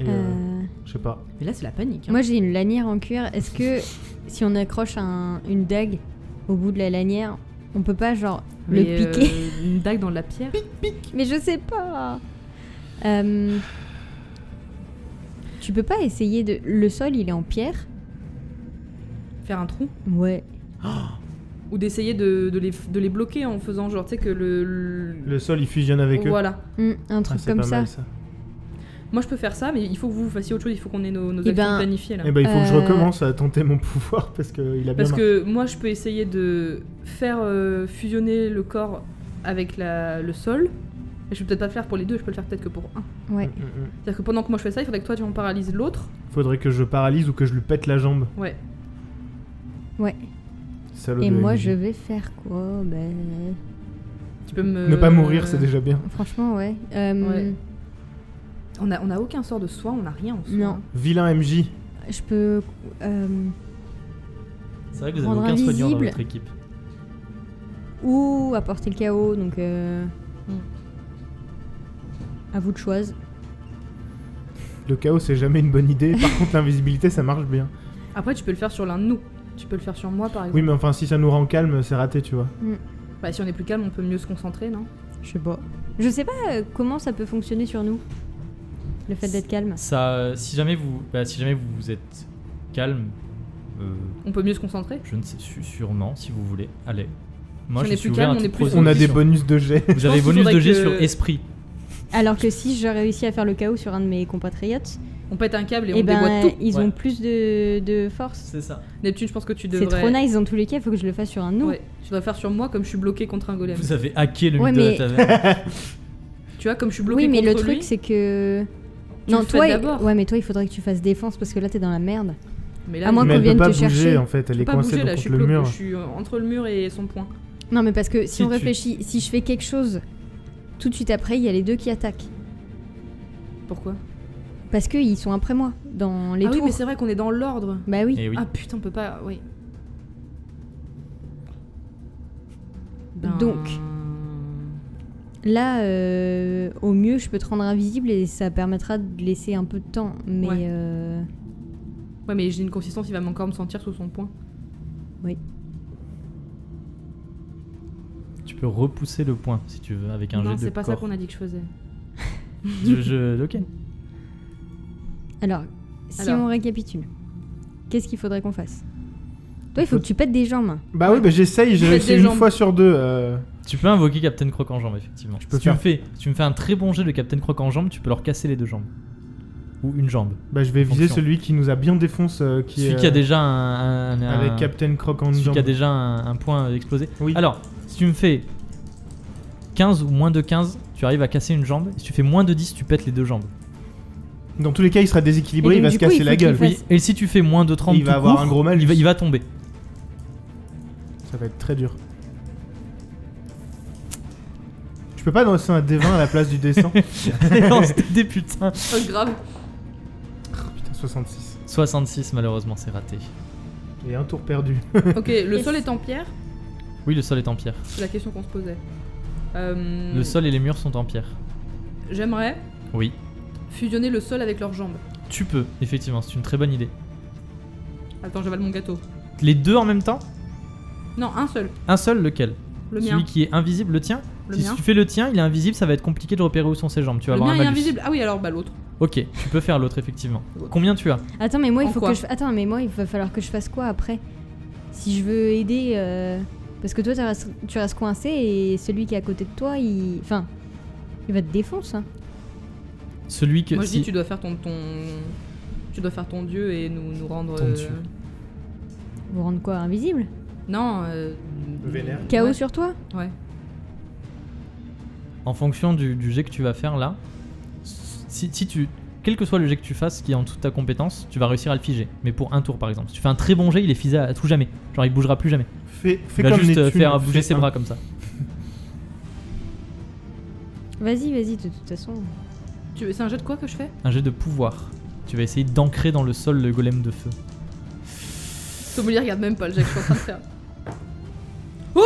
Et euh, euh, je sais pas. Mais là c'est la panique. hein. Moi j'ai une lanière en cuir. Est-ce que si on accroche un- une dague au bout de la lanière, on peut pas genre le Mais, euh, piquer (laughs) une dague dans la pierre. Mais je sais pas. Euh, Tu peux pas essayer de. Le sol il est en pierre. Faire un trou. Ouais. Ou d'essayer de, de les, de les bloquer en faisant genre, tu sais, que le. le- Le sol il fusionne avec eux. Voilà. Hmm, un Ah, truc c'est comme pas ça. mal ça. Moi je peux faire ça, mais il faut que vous fassiez autre chose, il faut qu'on ait nos, nos Eh actions ben, planifiées là. Et bah, il faut que je Euh, recommence à tenter mon (laughs) pouvoir parce qu'il a bien Parce marché. que moi, je peux essayer de faire euh, fusionner le corps avec la- le sol. Et je peux peut-être pas le faire pour les deux, je peux le faire peut-être que pour un. Ouais. Mm, mm, mm. C'est-à-dire que pendant que moi je fais ça, il faudrait que toi tu en paralyses l'autre. Faudrait que je paralyse ou que je lui pète la jambe. Ouais. Ouais. Salaud Et de moi MJ. je vais faire quoi Ben. Tu peux me. Ne pas mourir, c'est déjà bien. Franchement, ouais. Euh, Ouais. On a, on a aucun sort de soin, on a rien en soi. Non. hein. Vilain MJ. Je peux. euh, C'est vrai que vous avez Rendre aucun soignant dans invisible. votre équipe. ou apporter le chaos, donc. euh, À vous de choisir. Le chaos, c'est jamais une bonne idée. (laughs) Par contre, l'invisibilité, ça marche bien. Après, tu peux le faire sur l'un de nous. Tu peux le faire sur moi par exemple. Oui, mais enfin, si ça nous rend calme, c'est raté, tu vois. Bah, si on est plus calme, on peut mieux se concentrer, non Je sais pas. Je sais pas euh, comment ça peut fonctionner sur nous. Le fait d'être calme. Ça, euh, si jamais vous, bah, si jamais vous vous êtes calme, euh, On peut mieux se concentrer je ne sais su- sûrement si vous voulez. Allez. Moi, Si on je est suis plus ouvert à calme, on toute est plus- proposition. On a des bonus de jet. Vous avez qu'il bonus de faudrait G que- sur esprit. Alors que si j'ai réussi à faire le chaos sur un de mes compatriotes, On pète un câble et, eh on déboîte ben tout. ils Ouais. ont plus de, de force. C'est ça. Neptune, je pense que tu C'est devrais. trop nice dans tous les cas, il faut que je le fasse sur un de nous. Ouais, tu dois faire sur moi comme je suis bloqué contre un golem. Vous avez hacké le Ouais, mythe mais- de la (laughs) taverne. Tu vois, comme je suis bloqué Oui, mais le contre lui, truc c'est que. Tu non, le fais toi, d'abord. ouais, mais toi, il faudrait que tu fasses défense parce que là, t'es dans la merde. mais là, à moins je- mais qu'on elle vienne peut pas te bouger, chercher. en fait. Je Elle peux est pas coincée bouger là, je contre suis, le bloqué, mur. je suis euh, entre le mur et son point. Non, mais parce que si, Si on tu- réfléchit, si je fais quelque chose tout de suite après, il y a les deux qui attaquent. Pourquoi Parce qu'ils sont après moi, dans les Ah oui, tours. mais c'est vrai qu'on est dans l'ordre. bah oui. Et Eh oui. Ah putain, on peut pas. Oui. Ben, Donc. Là, euh, au mieux, je peux te rendre invisible et ça permettra de laisser un peu de temps. Mais Ouais. euh, Ouais, mais j'ai une consistance, il va encore me sentir sous son poing. Tu peux repousser le point si tu veux avec un non, jet de c'est pas ça corps. qu'on a dit que je faisais. Je, je- ok. alors, si Alors. on récapitule, qu'est-ce qu'il faudrait qu'on fasse Toi, il faut que tu pètes des jambes. Bah oui, bah j'essaye, j'ai Faites réussi des une jambes. fois sur deux. euh, Tu peux invoquer Captain Croc en jambe effectivement. peux si tu me faire- fais, si tu me fais un très bon jet de Captain Croc en jambe, tu peux leur casser les deux jambes ou une jambe. Bah je vais viser Fonction. celui qui nous a bien défonce, euh, qui celui est qui a euh, déjà un, un- un- avec Captain Croc en celui jambe. qui a déjà un, un point explosé. Oui. Alors, si tu me fais 15 ou moins de 15, tu arrives à casser une jambe. Si tu fais moins de 10, tu pètes les deux jambes. Dans tous les cas, il sera déséquilibré, Et il donc, va du se coup, il casser faut la qu'il gueule. fasse- Oui. Et si tu fais moins de 30, Il va tout avoir court, un gros malus. Il va, il va tomber. (laughs) Ça va être très dur. Tu peux pas lancer un D20 à la place du (laughs) D100 Non, c'était des putains. Oh, (laughs) grave. Putain, 66. 66 malheureusement, c'est raté. Et un tour perdu. Ok, le Yes. sol est en pierre Oui, le sol est en pierre. C'est la question qu'on se posait. Euh, Le sol et les murs sont en pierre. J'aimerais Oui. fusionner le sol avec leurs jambes. Tu peux, effectivement, c'est une très bonne idée. Attends, j'avale mon gâteau. Les deux en même temps Non, un seul. Un seul, lequel Le Celui mien. qui est invisible, le tien Le Si mien. tu fais le tien, il est invisible, ça va être compliqué de repérer où sont ses jambes. Tu vas Le avoir mien un est malus. invisible. Ah oui, alors bah l'autre. Ok, tu peux faire l'autre, effectivement. L'autre. Combien tu as Attends, mais moi, il En faut quoi que je... Attends, mais moi, il va falloir que je fasse quoi après Si je veux aider, euh, parce que toi, tu restes, tu restes coincé et celui qui est à côté de toi, il, enfin, il va te défoncer. hein. Celui que. Moi je si- dis, tu dois faire ton. ton... Tu dois faire ton dieu et nous, nous rendre. Ton euh, dieu. Vous rendre quoi invisible Non. euh, Vénère. Chaos ouais. sur toi Ouais. En fonction du, du jet que tu vas faire là, si, si tu. Quel que soit le jet que tu fasses qui est en dessous de ta compétence, tu vas réussir à le figer. Mais pour un tour par exemple. Si tu fais un très bon jet, il est figé à, à tout jamais. Genre il bougera plus jamais. Fais, fais Il va comme juste euh, Neptune, faire bouger fais ses un- bras comme ça. Vas-y, vas-y, de toute façon. Tu veux- C'est un jet de quoi que je fais Un jet de pouvoir. Tu vas essayer d'ancrer dans le sol le golem de feu. Sommelier regarde même pas le jet que je suis en train de faire. (laughs) Oh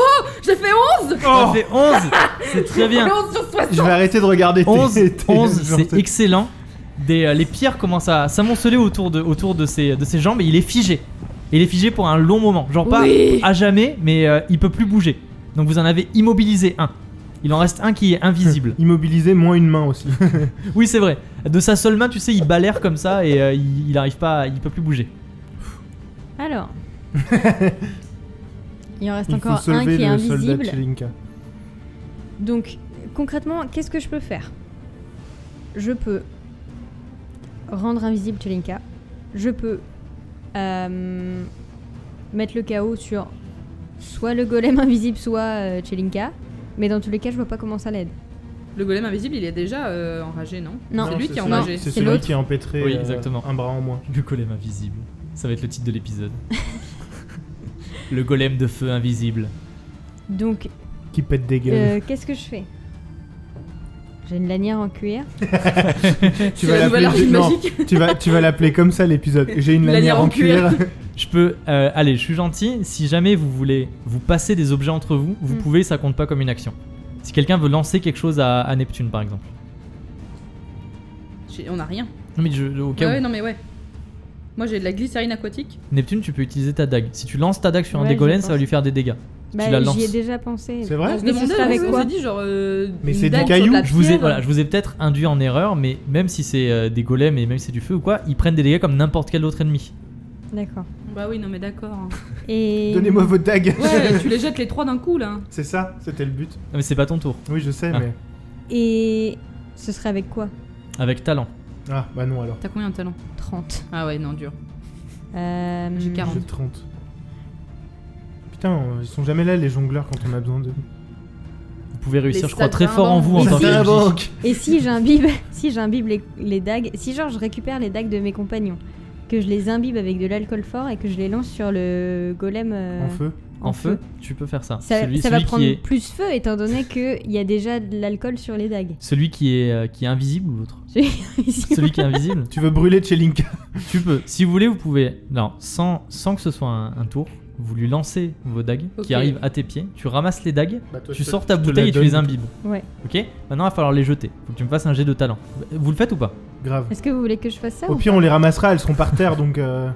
J'ai fait 11 Ça Oh fait 11 (laughs) C'est très bien J'ai fait 11 sur 60 Je vais arrêter de regarder tes- 11, (laughs) tes, tes- 11 genre c'est tes- excellent. Des, euh, les pierres commencent à s'amonceler autour, de, autour de, ses, de ses jambes et il est figé. Et il est figé pour un long moment. Genre pas Oui. à jamais, mais euh, il peut plus bouger. Donc vous en avez immobilisé un. Il en reste un qui est (laughs) invisible. Immobiliser moins une main aussi. oui, c'est vrai. De sa seule main, tu sais, il balère comme ça et euh, il, il arrive pas, il peut plus bouger. (laughs) Alors. il en reste Il faut encore un qui sauver est le soldat invisible. Chelinka. Donc, concrètement, qu'est-ce que je peux faire Je peux rendre invisible Chelinka. Je peux euh, mettre le chaos sur soit le golem (laughs) invisible, soit euh, Chelinka. Mais dans tous les cas, je vois pas comment ça l'aide. Le golem invisible, il est déjà euh, enragé, non Non. C'est lui qui est celui- enragé. C'est C'est celui l'autre. qui est empêtré. Oui, euh, exactement. un bras en moins. Le golem invisible. Ça va être le titre de l'épisode. (laughs) le golem de feu invisible. Donc, Qui pète des gueules. euh, qu'est-ce que je fais J'ai une lanière en cuir. tu C'est vas la nouvelle l'appeler arme non, magique. tu vas tu vas l'appeler comme ça l'épisode. J'ai une Une lanière lanière en en cuir. Je peux. euh, allez, je suis gentil. Si jamais vous voulez vous passer des objets entre vous, vous Mm. pouvez, ça compte pas comme une action. Si quelqu'un veut lancer quelque chose à, à Neptune, par exemple. (laughs) J'ai- On a rien. Non, mais je, au Ouais, cas où. ouais, non mais ouais. Moi j'ai de la glycérine aquatique. Neptune, tu peux utiliser ta dague. Si tu lances ta dague sur un Ouais, des j'y golems, ça va pense. lui faire des dégâts. Si tu la Bah, lances. j'y ai déjà pensé. C'est vrai on se Mais ce demandait, serait on avec s'est- on quoi s'est dit genre. euh, Mais une c'est des dague sur cailloux. de la Je vous ai, pierre. hein. voilà, je vous ai peut-être induit en erreur, mais même si c'est euh, des golems et même si c'est du feu ou quoi, ils prennent des dégâts comme n'importe quel autre ennemi. D'accord. Bah oui, non mais d'accord. hein. Et (laughs) Donnez-moi vos dagues. (laughs) Ouais, tu les jettes les trois d'un coup là. (laughs) C'est ça, c'était le but. Non, mais c'est pas ton tour. Oui, je sais, Ah. mais Et ce serait avec quoi Avec talent. ah bah non alors. T'as combien de talent 30. Ah ouais, non, dur. Euh, J'ai 40. J'ai 30. Putain, euh, ils sont jamais là les jongleurs quand on a besoin d'eux. Vous pouvez réussir, Les je crois, très fort en saltimbanques. vous en hein. Les tant que saltimbanques. MJ. Et si j'imbibe, (laughs) si j'imbibe les, les dagues, si genre je récupère les dagues de mes compagnons, que je les imbibe avec de l'alcool fort et que je les lance sur le golem euh, En feu. en, en feu, tu peux faire ça. Ça, celui, ça va celui prendre qui est, plus feu étant donné qu'il y a déjà de l'alcool sur les dagues. celui qui est, euh, qui est invisible ou l'autre Ici. (laughs) Celui qui est invisible Tu veux brûler de chez Linka Tu peux. Si vous voulez, vous pouvez. Non, sans, sans que ce soit un, un tour, vous lui lancez vos dagues Ok. qui arrivent à tes pieds. Tu ramasses les dagues, tu sors ta je te bouteille la et tu donne. les imbibes. Ouais. Ok Maintenant, il va falloir les jeter. Faut que tu me fasses un jet de talent. Vous le faites ou pas Grave. (laughs) Est-ce que vous voulez que je fasse ça Au ou pire, on les ramassera, elles seront par terre, (laughs) donc euh,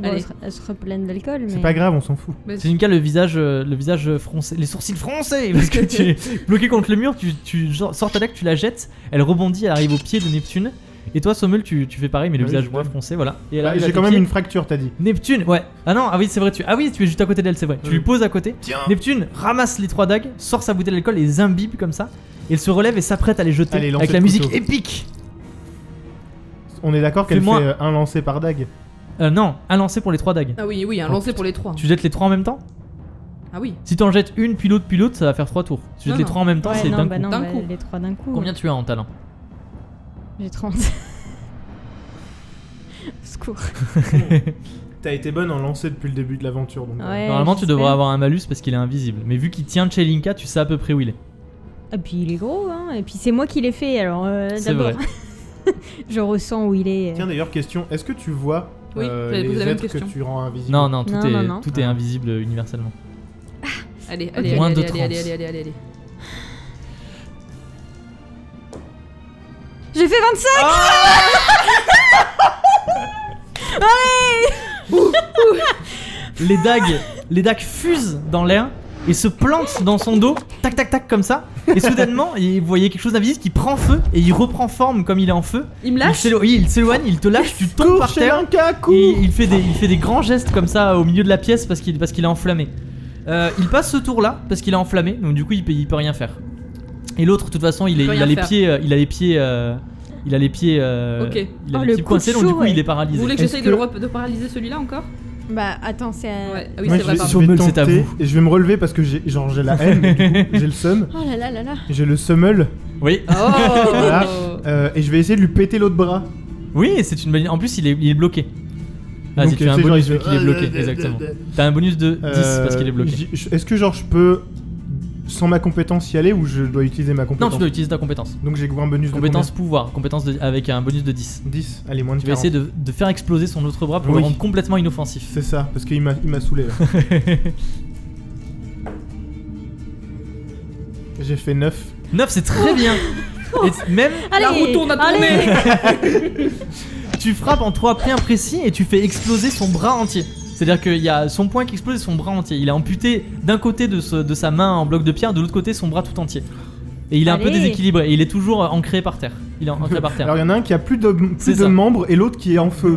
Bon, Allez. elles se- elles se replaignent d'alcool, mais c'est pas grave, on s'en fout. Bah, C'est une cas le visage, euh, le visage froncé, les sourcils froncés parce que tu es bloqué contre le mur, tu, tu genre- sors ta dague, tu la jettes, elle rebondit, elle arrive au pied de Neptune. Et toi, Sommel, tu, tu fais pareil, mais le Oui, visage je moins donne. froncé, voilà. Et elle Bah, arrive à J'ai tes quand même pieds. une fracture, t'as dit. Neptune, ouais. Ah non, ah oui, c'est vrai, tu. Ah oui, tu es juste à côté d'elle, c'est vrai. Tu Oui. lui poses à côté. Tiens. Neptune ramasse les trois dagues, sort sa bouteille d'alcool et les imbibe comme ça. Et elle se relève et s'apprête à les jeter Allez, lancez avec la le musique couteau. épique. On est d'accord qu'elle fait Fais-moi- euh, un lancer par dague. Euh, non, un lancer pour les trois dagues. Ah oui, oui, un lancer pour les trois. Oh, Tu jettes les trois en même temps Ah oui. Si t'en jettes une, puis l'autre, puis l'autre, ça va faire trois tours. Si tu jettes Non, les non. trois en même temps, Ouais, c'est non, dingue. bah non, D'un bah, coup. les trois d'un coup. Combien tu as en talent J'ai (laughs) 30. Au Secours. T'as été bonne en lancer depuis le début de l'aventure, donc. euh, Ouais. Normalement, tu Eh, j'espère. devrais avoir un malus parce qu'il est invisible. Mais vu qu'il tient Chelinka, tu sais à peu près où il est. Et Ah, puis il est gros, hein. Et puis c'est moi qui l'ai fait, alors euh, C'est d'abord. vrai. (laughs) Je ressens où il est. euh. Tiens d'ailleurs, question, est-ce que tu vois Oui, euh, j'allais les poser la même êtres que question. tu rends invisibles Non, (laughs) non, tout, Non, est, non, non. tout est invisible euh, universellement. Allez, allez, Moins allez, de allez, 30. allez, allez, allez, allez, allez. J'ai fait 25 Les dagues, les dagues fusent dans l'air et se plantent dans son dos, tac tac tac comme ça. Et soudainement, il- vous voyez quelque chose d'invisible qui prend feu et il reprend forme comme il est en feu. Il me Il lâche s'élo- oui, il s'éloigne, il te lâche, tu tombes Cours par chez terre. Linka, cours Et il fait des, il fait des grands gestes comme ça au milieu de la pièce parce qu'il parce qu'il est enflammé. Euh, il passe ce tour là parce qu'il est enflammé, donc du coup il peut, il peut rien faire. Et l'autre, de toute façon, il, Il est- peut il rien a les faire. pieds, euh, il a les pieds, euh, il a les pieds, euh, Ok. il a Oh, les le pieds coup de coincés, donc du chaud, coup ouais. il est paralysé. Vous voulez que Est-ce j'essaye de, le que- re- de paralyser celui-là encore Bah attends, c'est à. Ouais. Ah oui, Moi, c'est je vrai, vais, pardon. je vais Sommel, c'est à tenter vous. et je vais me relever parce que j'ai genre j'ai la haine, mais du coup, j'ai le seum, Oh là là là là. j'ai le seumel Oui, Voilà. Oh euh, et je vais essayer de lui péter l'autre bras. oui, c'est une bonne. En plus, il est, il est bloqué. Ah, si Donc, euh, tu as un tu sais, genre, bonus il vu fait- ah, qu'il est bloqué, exactement. T'as un bonus de 10 Euh, parce qu'il est bloqué. j'y- je- Est-ce que genre je peux sans ma compétence y aller ou je dois utiliser ma Non, compétence tu dois utiliser ta compétence. Donc j'ai un bonus Compétence de pouvoir, compétence de- avec un bonus de 10. combien 10, allez moins de Tu vas 40. essayer de, de faire exploser son autre bras pour Oui. le rendre complètement inoffensif. C'est ça, parce qu'il m'a il (laughs) m'a saoulé là. J'ai fait 9. 9, c'est très bien. Et t- même Allez La roue tourne à allez. tu frappes en trois points précis et tu fais exploser son bras entier. C'est-à-dire qu'il y a son poing qui explose et son bras entier. Il est amputé d'un côté de, ce- de sa main en bloc de pierre, de l'autre côté son bras tout entier. Et il est un peu Allez. déséquilibré. Et il est toujours ancré par terre. Il est ancré par Alors terre. il y en a un qui a plus de, plus C'est de ça. membres et l'autre qui est (laughs) en feu.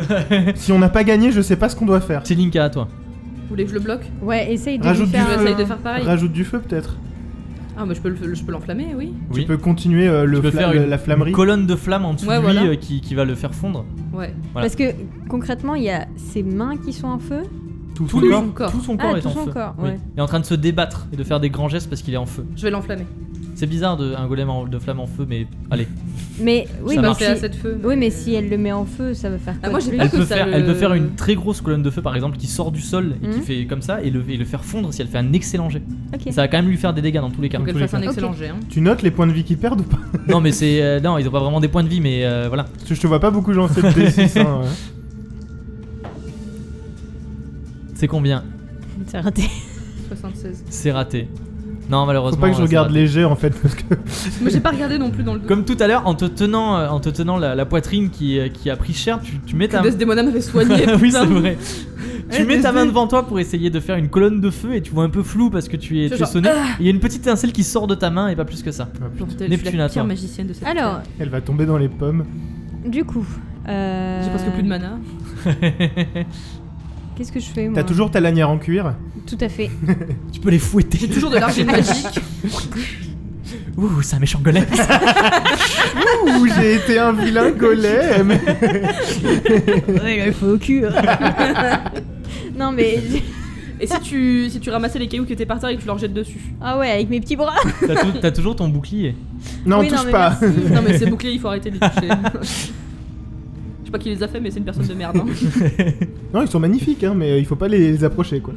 si on n'a pas gagné, je sais pas ce qu'on doit faire. C'est Linka à toi. Vous voulez que je le bloque (laughs) Ouais, essaye de Rajoute lui du faire. Je vais feu. un- essayer de faire pareil. Rajoute du feu peut-être. Ah, mais je peux le- je peux l'enflammer, oui. Oui. Tu peux continuer euh, le Tu peux fla- faire le- une, la flammerie. une colonne de flammes en dessous Ouais, de lui voilà. euh, qui, qui va le faire fondre. Ouais. Voilà. Parce que concrètement, il y a ses mains qui sont en feu. Tout, Tout, le lui- corps. corps. tout son corps Ah, est tout en son feu. corps, Oui. ouais. Il est en train de se débattre et de faire des grands gestes parce qu'il est en feu. Je vais l'enflammer. C'est bizarre de un golem en- de flamme en feu, mais allez. Mais oui, Ça bah, marche. si- C'est à cette feu. oui, mais si elle le met en feu, ça va faire quoi moi, de j'ai plus pas Elle que peut, ça faire, le- elle peut faire une très grosse colonne de feu par exemple qui sort du sol et qui Mhm. fait comme ça et le, et le faire fondre si elle fait un excellent jet. Ok. Et Ça va quand même lui faire des dégâts dans tous les cas. Donc elle tous les fasse un cas. excellent Ok. jet. hein. Tu notes les points de vie qu'ils perdent ou pas non mais c'est... euh, non, ils ont pas vraiment des points de vie mais euh, voilà. Parce que je te vois pas beaucoup lancer de (laughs) D6. hein, ouais. C'est combien (laughs) C'est raté. 76. C'est raté. Non malheureusement... euh, Faut pas que je c'est regarde raté. léger en fait. Parce que... (laughs) Mais j'ai pas regardé non plus dans le. Comme tout à l'heure, en te tenant, euh, en te tenant la, la poitrine qui, euh, qui a pris cher, tu, tu mets ta... Death Demona m'avait (laughs) soigné. oui c'est putain. vrai. tu Eh, mets ta désolé. main devant toi pour essayer de faire une colonne de feu et tu vois un peu flou parce que tu es, C'est tu es genre, sonné. Et Il y a une petite étincelle qui sort de ta main et pas plus que ça. (laughs) Genre, putain, je suis Neptune, la à pire toi. magicienne de cette Alors, Elle va tomber dans les pommes. du coup. euh, terre. J'ai presque plus de mana. Qu'est-ce que je fais moi T'as toujours ta lanière en cuir Tout à fait. tu peux les fouetter. J'ai toujours (laughs) de l'argile magique. Ouh, c'est un méchant golem. (laughs) Ouh, j'ai été un vilain (laughs) golem Ouais, il a feu au cul. (laughs) non mais Et si tu, si tu ramassais les cailloux qui étaient par terre et que tu leur jettes dessus ah ouais, avec mes petits bras. T'as tou- T'as toujours ton bouclier. Non, Oui, non, touche mais pas merci. Non, mais c'est bouclé, il faut arrêter de les toucher. (laughs) Je sais pas qui les a fait, mais c'est une personne de merde. hein. Non, ils sont magnifiques, hein, mais il faut pas les approcher quoi.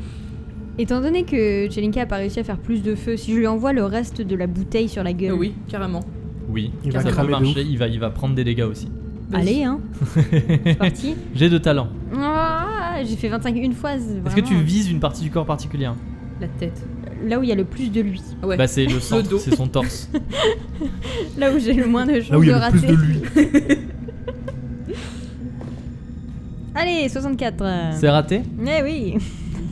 Étant donné que Chelinka a pas réussi à faire plus de feu, si je lui envoie le reste de la bouteille sur la gueule, Oui, carrément. Oui, Il ça va peut cramer de ouf. marcher, il va, il va prendre des dégâts aussi. Vas-y. allez, hein, c'est parti. J'ai de talent. Ah, J'ai fait 25 une fois. c'est Est-ce que tu vraiment hein. vises une partie du corps particulière La tête. Là où il y a le plus de lui. Ouais. Bah c'est le centre, dos. c'est son torse. Là où j'ai le moins de chances Là où il y de a le rater. plus de lui. Allez, 64. C'est raté Eh oui.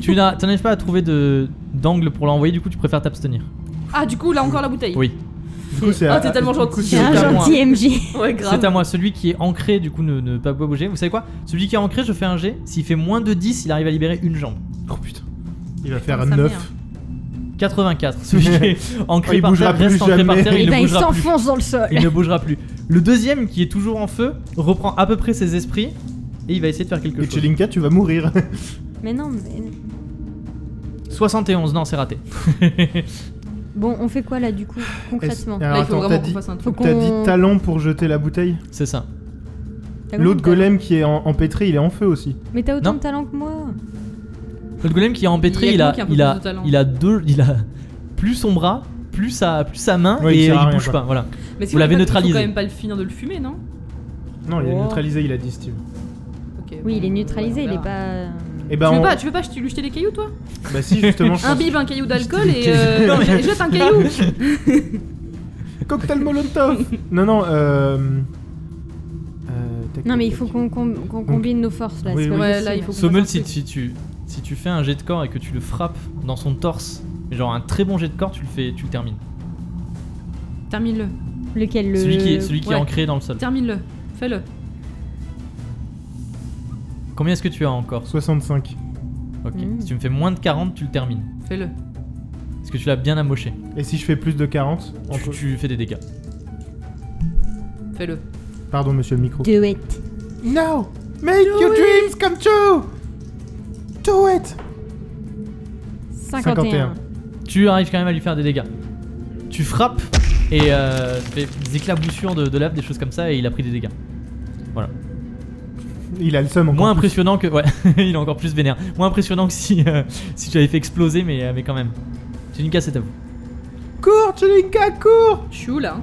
Tu n'as- tu n'arrives pas à trouver de d'angle pour l'envoyer, du coup tu préfères t'abstenir. Ah, du coup, là encore la bouteille. Oui, Du coup, c'est Ah, à- Oh, t'es tellement du coup, gentil. C'est C'est un à moi. gentil MJ. Ouais, grave. c'est à moi. Celui qui est ancré, du coup, ne, ne pas bouger. Vous savez quoi Celui qui est ancré, je fais un G. S'il fait moins de 10, il arrive à libérer une jambe. Oh putain. Il va faire Putain, sa 9. mère. (laughs) 84. Celui qui est ancré Il par bougera terre reste plus ancré par jamais. terre, Eh Et il ne ben, il bougera plus. s'enfonce dans le sol. Il ne bougera plus. Le deuxième, qui est toujours en feu, reprend à peu près ses esprits et il va essayer de faire quelque Et chose. Chelinka, tu vas mourir. Mais non, mais... 71, non, c'est raté. (laughs) Bon, on fait quoi là du coup, concrètement Alors, Là, il faut attends, vraiment t'as qu'on dit- fasse un Faut truc. (laughs) T'as qu'on- dit talent pour jeter la bouteille c'est ça. T'as autant de L'autre talent golem qui est en- empêtré, il est en feu aussi. Mais t'as autant Non. de talent que moi. Le golem qui est empêtré, Il il y a a, que moi qui il ai un peu a, plus de talent. il a deux, il a plus son bras, plus sa, plus sa main Ouais, il et sert à il rien, bouge quoi. pas. Voilà. Mais Vous l'avez faut pas- neutralisé. Faut quand même pas le finir de le fumer, non Non, il est Oh. neutralisé, il a dit Steve. Ok, Oui, bon, il est neutralisé, ouais, on il est verra. pas. Et Tu ben, veux on- pas, tu veux pas je- lui jeter des cailloux, toi bah si, (laughs) justement, je pense- Imbibe un caillou d'alcool Jeter et des (laughs) cailloux. Non, euh, mais- jette un caillou (laughs) Cocktail Molotov Non, non, euh... euh, tac, Non, tac, mais il tac. faut qu'on com- qu'on combine nos forces là. Oui, c'est oui. pas Ouais, possible. là, il faut qu'on- Sommel, fasse un si, truc. si tu, si tu fais un jet de corps et que tu le frappes dans son torse, mais genre un très bon jet de corps, tu le fais, tu le termines. Termine-le, Lequel le... Celui qui est, celui qui est ouais. ancré dans le sol. termine-le, fais-le. Combien est-ce que tu as encore 65. Ok. Mm. Si tu me fais moins de 40, tu le termines. Fais-le. Parce que tu l'as bien amoché. Et si je fais plus de 40 en Tu, feu tu fais des dégâts. Fais-le. Pardon, monsieur le micro. Do it. No Make your dreams come true Do it 51. Tu arrives quand même à lui faire des dégâts. Tu frappes et euh, des, des éclaboussures de, de lave, des choses comme ça, et il a pris des dégâts. Il a le seum encore. Moins plus. impressionnant que. Ouais, (laughs) il est encore plus vénère. Moins impressionnant que si, euh, si tu l'avais fait exploser, mais, euh, mais quand même. Tunica, c'est à vous. Cours, Chelinka, cours Je suis où là hein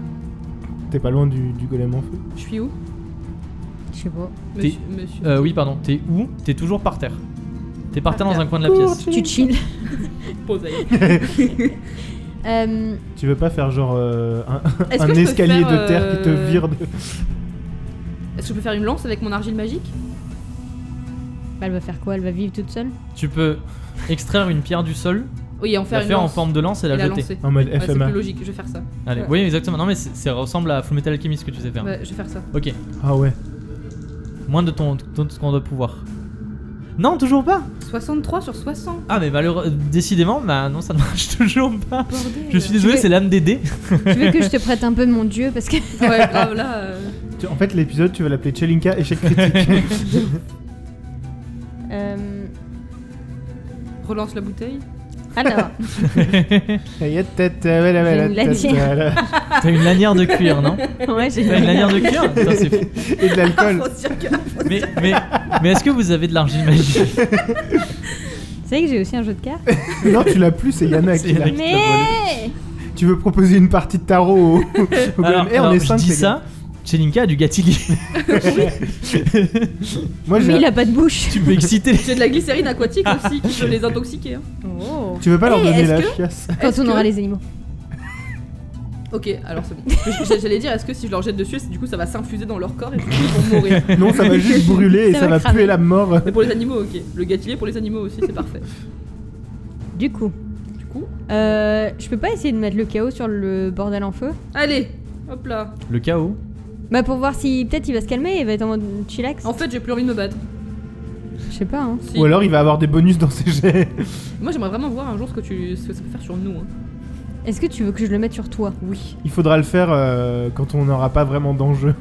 T'es pas loin du, du golem en feu. Je suis où Je sais pas. Monsieur. T'es- monsieur- Euh, oui, pardon. T'es où T'es toujours par terre. T'es par Par terre dans terre. un coin de la Cours, pièce. Tu Chelinka. chill. (laughs) Pose, allez. (laughs) Euh, Tu veux pas faire genre euh, un, Est-ce un que je peux escalier faire, de terre qui te euh, vire de... Est-ce que je peux faire une lance avec mon argile magique bah, elle va faire quoi Elle va vivre toute seule Tu peux extraire une pierre du sol, Oui, et en faire la une faire en lance. forme de lance et la et la jeter. lancer. En mode Ouais, Ah, c'est FMA. plus logique, je vais faire ça. Allez, Ouais. oui, exactement. Non, mais c'est- ça ressemble à Full Metal Alchemist ce que tu sais faire. Ouais, je vais faire ça. Ok, ah ouais. moins de ton, ton- ce qu'on doit pouvoir. Non, toujours pas 63 sur 60. Ah, mais malheureux. Décidément, bah non, ça ne (laughs) marche toujours pas. Bordel. Je suis désolé, veux- c'est l'âme des dés. Tu veux que je te prête un peu de mon dieu parce que. Ouais, grave là. euh, Tu- En fait, l'épisode, tu vas l'appeler Chelinka échec critique. Euh, Relance la bouteille. (laughs) Alors, Y'a tête, euh, voilà, voilà, J'ai une tête, lanière. voilà. T'as une lanière de cuir, (laughs) non ouais, j'ai T'as une lanière de cuir Putain, c'est fou. Et de (laughs) l'alcool. Mais, mais, mais est-ce que vous avez de l'argile magique C'est vrai que j'ai aussi un jeu de cartes. non, tu l'as plus, c'est Yana C'est qui l'a. Yana. Mais Tu veux proposer une partie de tarot au, au golem. Alors, Eh, on alors, est je cinq, dis les gars. ça, Chelinka a du Gatili. Moi, j'ai- mais il a pas de bouche. tu peux exciter les... J'ai de la glycérine aquatique Ah, aussi qui peut les intoxiquer. hein. Oh. Tu veux pas leur Eh, donner est-ce la que- chiasse Quand Est-ce on aura que- les animaux. Ok, alors (laughs) c'est bon. J- J'allais dire, est-ce que si je leur jette dessus, du coup ça va s'infuser dans leur corps et du coup, ils vont mourir (laughs) Non, (laughs) ça va (laughs) juste brûler et Ça ça va va cramer. puer la mort. Mais pour les animaux, ok. Le gâtillier pour les animaux aussi, c'est parfait. Du coup, Du coup, euh, je peux pas essayer de mettre le chaos sur le bordel en feu allez, hop là. Le chaos. Bah pour voir si peut-être il va se calmer et va être en mode chillax. En fait, j'ai plus envie de me battre. Je sais pas. Hein. Si. Ou alors, il va avoir des bonus dans ses jets. Moi, j'aimerais vraiment voir un jour ce que, tu... ce que ça peut faire sur nous. hein. Est-ce que tu veux que je le mette sur toi Oui. Il faudra le faire euh, quand on n'aura pas vraiment d'enjeu.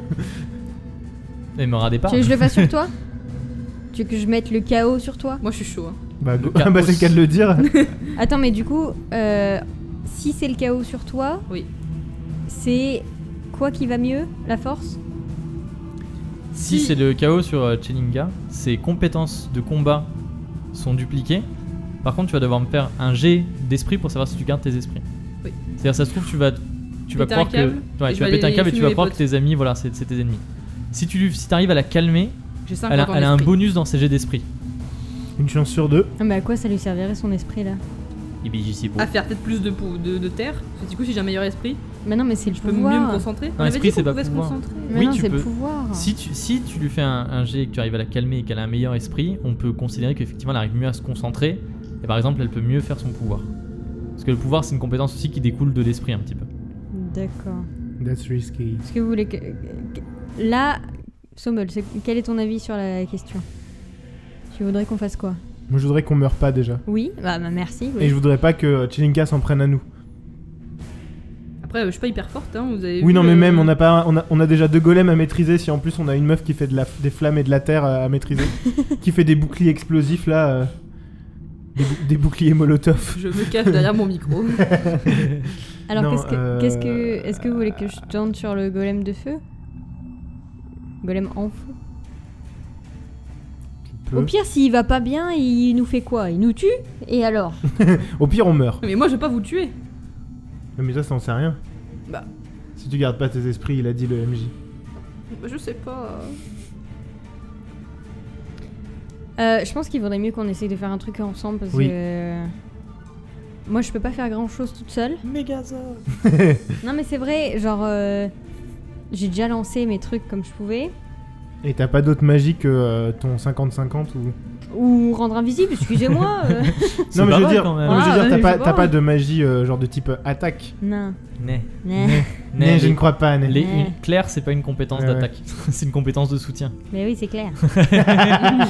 Mais me radez pas. Tu veux que je le fasse sur toi Tu veux que je mette le chaos sur toi Moi, je suis chaud. hein. Bah, go- chaos. bah, c'est le cas de le dire. Attends, mais du coup, euh, si c'est le chaos sur toi, Oui. c'est quoi qui va mieux La force Si c'est le chaos sur euh, Chelinga, ses compétences de combat sont dupliquées Par contre, tu vas devoir me faire un jet d'esprit pour savoir si tu gardes tes esprits. Oui. C'est-à-dire, ça se trouve, tu vas, tu vas Péter un croire que. câble, Ouais, et tu je vas vais péter un aller câble et tu fumer vas mes croire que potes. tes amis, voilà, c'est c'est tes ennemis. Si tu lui- si t'arrives à la calmer, J'ai 50 elle a, ans elle a un d'esprit. bonus dans ses jets d'esprit. Une chance sur deux. Ah, Mais à quoi ça lui servirait son esprit là Il est beau. À faire peut-être plus de, pou- de, de terre. Parce que du coup, si j'ai un meilleur esprit, Mais non, mais c'est le je peux mieux me pouvoir. concentrer. On avait esprit, dit c'est qu'on pas pouvait se pouvoir. concentrer. Mais Oui, non, tu c'est peux. le pouvoir. Si tu, si tu lui fais un, un jet et que tu arrives à la calmer et qu'elle a un meilleur esprit, on peut considérer qu'effectivement elle arrive mieux à se concentrer et par exemple elle peut mieux faire son pouvoir. Parce que le pouvoir c'est une compétence aussi qui découle de l'esprit un petit peu. D'accord. That's risky. Est-ce que vous voulez que. que- Là, Sommel, c'est- quel est ton avis sur la question Tu voudrais qu'on fasse quoi Moi, je voudrais qu'on meure pas déjà. Oui Bah, bah, merci. oui. Et je voudrais pas que Chelinka s'en prenne à nous. Après, euh, je suis pas hyper forte, hein, vous avez Oui, vu non, mais le- même, (laughs) on a, pas, on, a, on a déjà deux golems à maîtriser. Si en plus on a une meuf qui fait de la, des flammes et de la terre euh, à, (laughs) à maîtriser, qui fait des boucliers explosifs là, euh, des, bou- des boucliers molotov. Je me cache derrière (laughs) mon micro. Alors, Non, qu'est-ce que, euh, qu'est-ce que, est-ce que vous voulez que je tente sur le golem de feu Golem en feu. Tu Au peux. pire, s'il va pas bien, il nous fait quoi Il nous tue Et (laughs) alors Au pire, on meurt. mais moi, je vais pas vous tuer. Non, mais ça, ça en sait rien. Bah. Si tu gardes pas tes esprits, il a dit le MJ. Bah, Je sais pas. Euh, Je pense qu'il vaudrait mieux qu'on essaye de faire un truc ensemble parce Oui. que. Moi, je peux pas faire grand chose toute seule. Megazord (laughs) Non, mais c'est vrai, genre. euh, J'ai déjà lancé mes trucs comme je pouvais. Et t'as pas d'autre magie que euh, ton 50-50 ou. Ou rendre invisible, (laughs) excusez-moi euh. Non, mais je veux dire, quand même. non, mais je veux Ah, dire, ouais, t'as je pas, sais t'as pas. pas de magie euh, genre de type euh, attaque. Non. Né. non. Non, je ne crois pas, Ney. Les- Ouais. Claire, c'est pas une compétence Ouais, ouais. d'attaque, (laughs) c'est une compétence de soutien. Mais oui, c'est (laughs) clair. (laughs)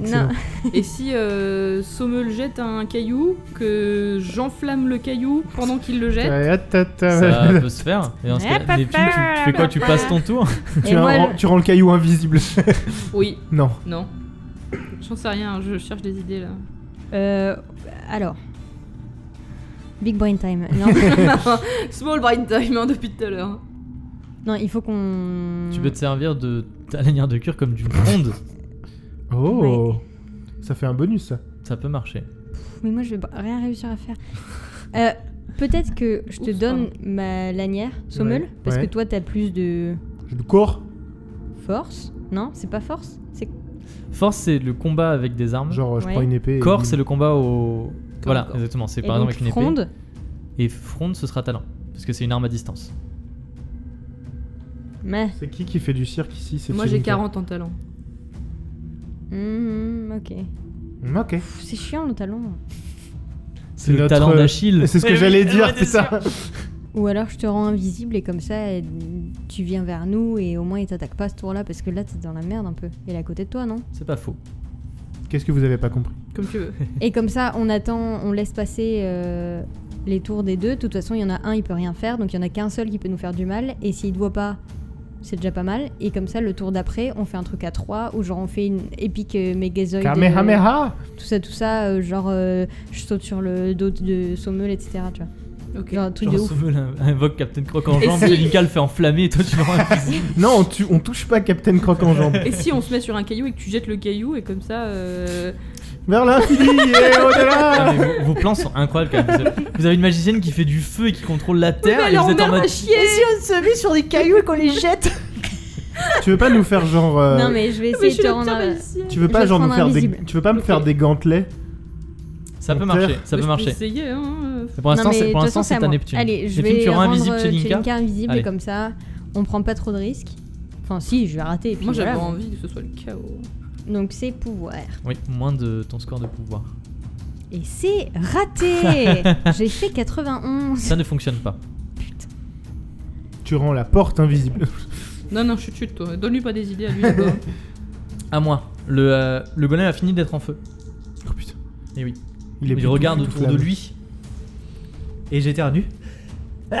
Excellent. non. Et si euh, Sommel jette un caillou, que j'enflamme le caillou pendant qu'il le jette Ta- ta- ta- Ça peut se faire. Et dans ce Ouais, cas, les filles, tu, tu fais quoi Tu passes ton (laughs) tour tu, Et moi, rends, le- tu rends le caillou invisible. (laughs) Oui, non. non. J'en sais rien, je cherche des idées là. Euh, alors. Big brain (laughs) time. Non, (laughs) Small brain time hein, depuis tout à l'heure. non il faut qu'on. Tu peux te servir de ta lanière de cuir comme d'une ronde. Oh Ça fait un bonus, ça. Ça peut marcher. Mais moi, je vais rien réussir à faire. Euh, Peut-être que je te Oups, donne ma lanière, Sommel, Ouais. parce Ouais. que toi, t'as plus de Je le cours force. Non, c'est pas force. C'est Force, c'est le combat avec des armes. Genre, je Ouais. prends une épée. et- Corps, c'est le combat au. Voilà, corps. exactement. C'est et par donc, exemple avec une épée. fronde. Et fronde, ce sera talent. Parce que c'est une arme à distance. Mais. C'est qui qui fait du cirque ici C'est Moi j'ai Chelinka. 40 en talent. Hum, ok. Mm, Ok. Pff, C'est chiant le talon. C'est le notre- talent d'Achille. C'est ce que Eh oui, j'allais elle dire, aurait été putain. Ou alors je te rends invisible et comme ça euh, tu viens vers nous et au moins ils t'attaquent pas ce tour-là parce que là t'es dans la merde un peu. Il est à côté de toi, non C'est pas faux. Qu'est-ce que vous avez pas compris Comme (laughs) tu veux. Et comme ça, on attend, on laisse passer euh, les tours des deux. De toute façon, il y en a un, il peut rien faire, donc il y en a qu'un seul qui peut nous faire du mal. Et s'il ne voit pas, c'est déjà pas mal. Et comme ça, le tour d'après, on fait un truc à trois, ou genre on fait une épique euh, mégazoïde. euh, Kamehameha tout ça, tout ça, euh, genre euh, je saute sur le dos de Sommel, etc. Tu vois. Ok. Genre un truc Genre, de ouf. Sommel (laughs) invoque Captain Croc en Et jambe, si- Angelica le fait enflammer et toi tu le rends invisible. Non, on, tue- on touche pas Captain Croc en jambe. Et si on se met sur un caillou et que tu jettes le caillou et comme ça. euh, Vers l'infini et Non, au-delà mais vos, vos plans sont incroyables quand même. Vous avez- Vous avez une magicienne qui fait du feu et qui contrôle la Mais terre et alors vous on êtes en mode. à chier Tu veux pas nous faire genre. euh, Non, mais je vais (laughs) Ah, Mais essayer de je suis te le rendre. euh, pire à- magicien. Tu veux Je pas vais genre nous prendre faire des. invisible. Tu veux pas me Ok. faire des gantelets Ça peut Mon père. marcher, ça peut Bah, je marcher. essayer, hein. Mais Pour Non, l'instant, mais c'est- de pour toute l'instant, façon, à c'est à moi. Neptune. Allez, je Les films, vais tu rends rendre euh, invisible Chelinka. Chelinka invisible Allez. et comme ça, on prend pas trop de risques. Enfin, si, je vais rater. et puis Moi j'avais voilà. envie que ce soit le chaos. Donc c'est pouvoir. Oui, moins de ton score de (laughs) pouvoir. Et c'est (laughs) raté J'ai fait 91. Ça ne fonctionne pas. Tu rends la porte invisible. (laughs) Non, non, chute, chute, toi. Donne-lui pas des idées à lui d'abord. À moi. Le, euh, le golem a fini d'être en feu. Oh putain. Et oui. Il Il, plus regarde tout- tout autour de flamme. lui. Et j'éternue. Eh,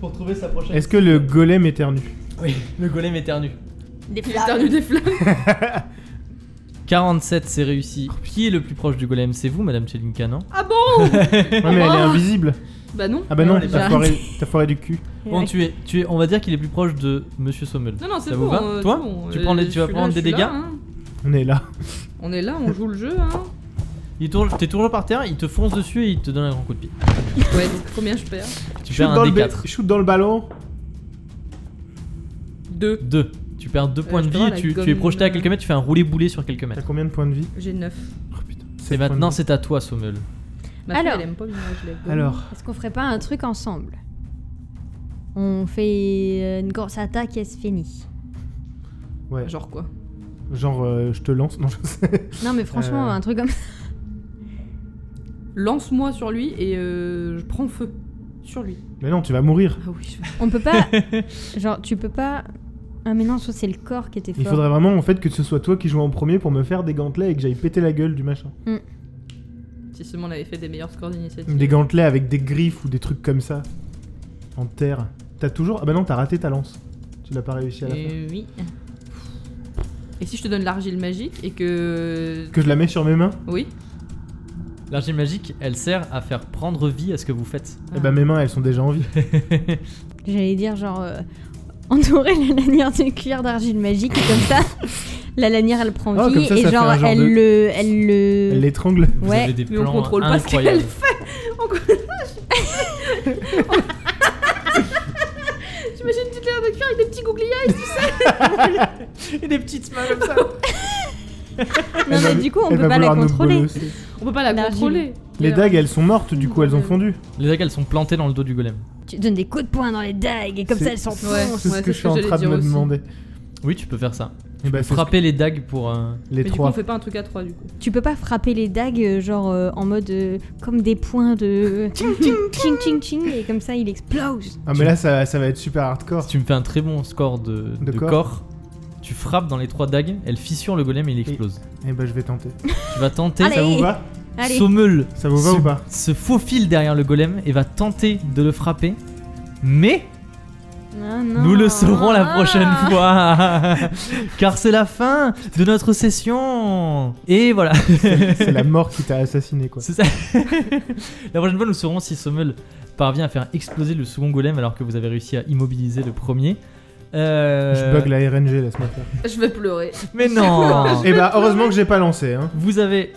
Pour trouver sa prochaine. Est-ce que le golem éternue Oui, le golem éternue. Des flammes. Des flammes. 47, c'est réussi. Qui est le plus proche du golem C'est vous, Madame Chelinka, non Ah bon Ouais, mais elle est Oh. Ah. invisible. Bah non. Ah bah Non, non, elle est t'as pas- foiré, t'as foiré du cul. Bon, tu es, tu es, on va dire qu'il est plus proche de Monsieur Sommel. Non, non, c'est Ça vous bon. va euh, Toi c'est bon, Tu euh, prends les- je tu vas suis prendre là, des je suis là, dégâts hein. On est là. On est là, on joue le jeu. Hein. Il tourne, t'es toujours par terre, il te fonce dessus et il te donne un grand coup de pied. Ouais, donc combien je perds Tu Shoot perds dans, un le ba- D4. shoot dans le ballon. Deux. 2. Tu perds 2 points Euh, je de peux vie et avoir la tu, tu es gomme, projeté à euh, quelques mètres, tu fais un roulé-boulé sur quelques T'as mètres. combien de points de vie J'ai 9. Oh putain. Et sept points de maintenant, vie. c'est à toi, Sommel. Ma fille, Alors. elle aime pas bien, je la gomme. Alors, Est-ce qu'on ferait pas un truc ensemble On fait euh, une grosse attaque et c'est fini. ouais. Genre, Genre quoi euh, je te lance. Non, je sais. Non, mais franchement, Euh. un truc comme ça. Lance-moi sur lui et euh, je prends feu. Sur lui. Mais non, tu vas mourir. Ah oui, je On peut pas. (laughs) genre, tu peux pas. Ah, mais non, soit c'est le corps qui était fort. Il faudrait vraiment en fait que ce soit toi qui joues en premier pour me faire des gantelets et que j'aille péter la gueule du machin. Si seulement on avait fait des meilleurs scores d'initiative. Des gantelets avec des griffes ou des trucs comme ça. En terre. T'as toujours. Ah bah non, t'as raté ta lance. Tu l'as pas réussi à la faire. Euh, oui. Et si je te donne l'argile magique et que. Que je la mets sur mes mains Oui L'argile magique, elle sert à faire prendre vie à ce que vous faites. Eh bah mes mains elles sont déjà en vie. J'allais dire, genre, euh, entourer la lanière de cuir d'argile magique, et comme ça, la lanière elle prend Ah, vie, comme ça, et ça fait genre, un genre elle de- le. Elle le. Elle l'étrangle. Vous Ouais. avez des Mais on plans contrôle pas ce qu'elle incroyables. J'imagine une petite lèvre de cuir avec des petits (laughs) gougliers. Et des petites mains comme ça. Non, Elle mais va- du coup, on elle peut va pas la vouloir nous contrôler. bolosser. On peut pas la L'argile. contrôler. Les dagues elles sont mortes, du coup elles ont fondu. Les dagues, elles sont plantées dans le dos du golem. Tu donnes des coups de poing dans les dagues, et comme C'est- ça, elles sont. Ouais, C'est ouais, ce que je suis en j'allais train de dire me aussi. demander. Oui, tu peux faire ça. Eh bah, c'est ce- Frapper les dagues pour. euh, les Mais du coup, on trois. fait pas un truc à trois du coup. Tu peux pas frapper les dagues, euh, genre, euh, en mode. euh, comme des points de. ching, ching, ching, ching, et comme ça, il explose. Ah mais là ça, ça va être super hardcore. Si tu me fais un très bon score de, De de corps. corps. tu frappes dans les trois dagues, elle fissure le golem et il explose. Eh bah je vais tenter. Tu vas tenter. Allez. Ça vous va Allez. Sommel Ça vous va se, ou pas se faufile derrière le golem et va tenter de le frapper. Mais Ah, non. nous le saurons la Ah. prochaine fois (laughs) Car c'est la fin de notre session Et (laughs) voilà C'est la mort qui t'a assassiné quoi. C'est ça (laughs) La prochaine fois, nous saurons si Sommel parvient à faire exploser le second golem alors que vous avez réussi à immobiliser le premier. Euh, Je bug la RNG, laisse-moi faire. Je vais pleurer. Mais non (laughs) Et bah heureusement que j'ai pas lancé. Hein. Vous avez.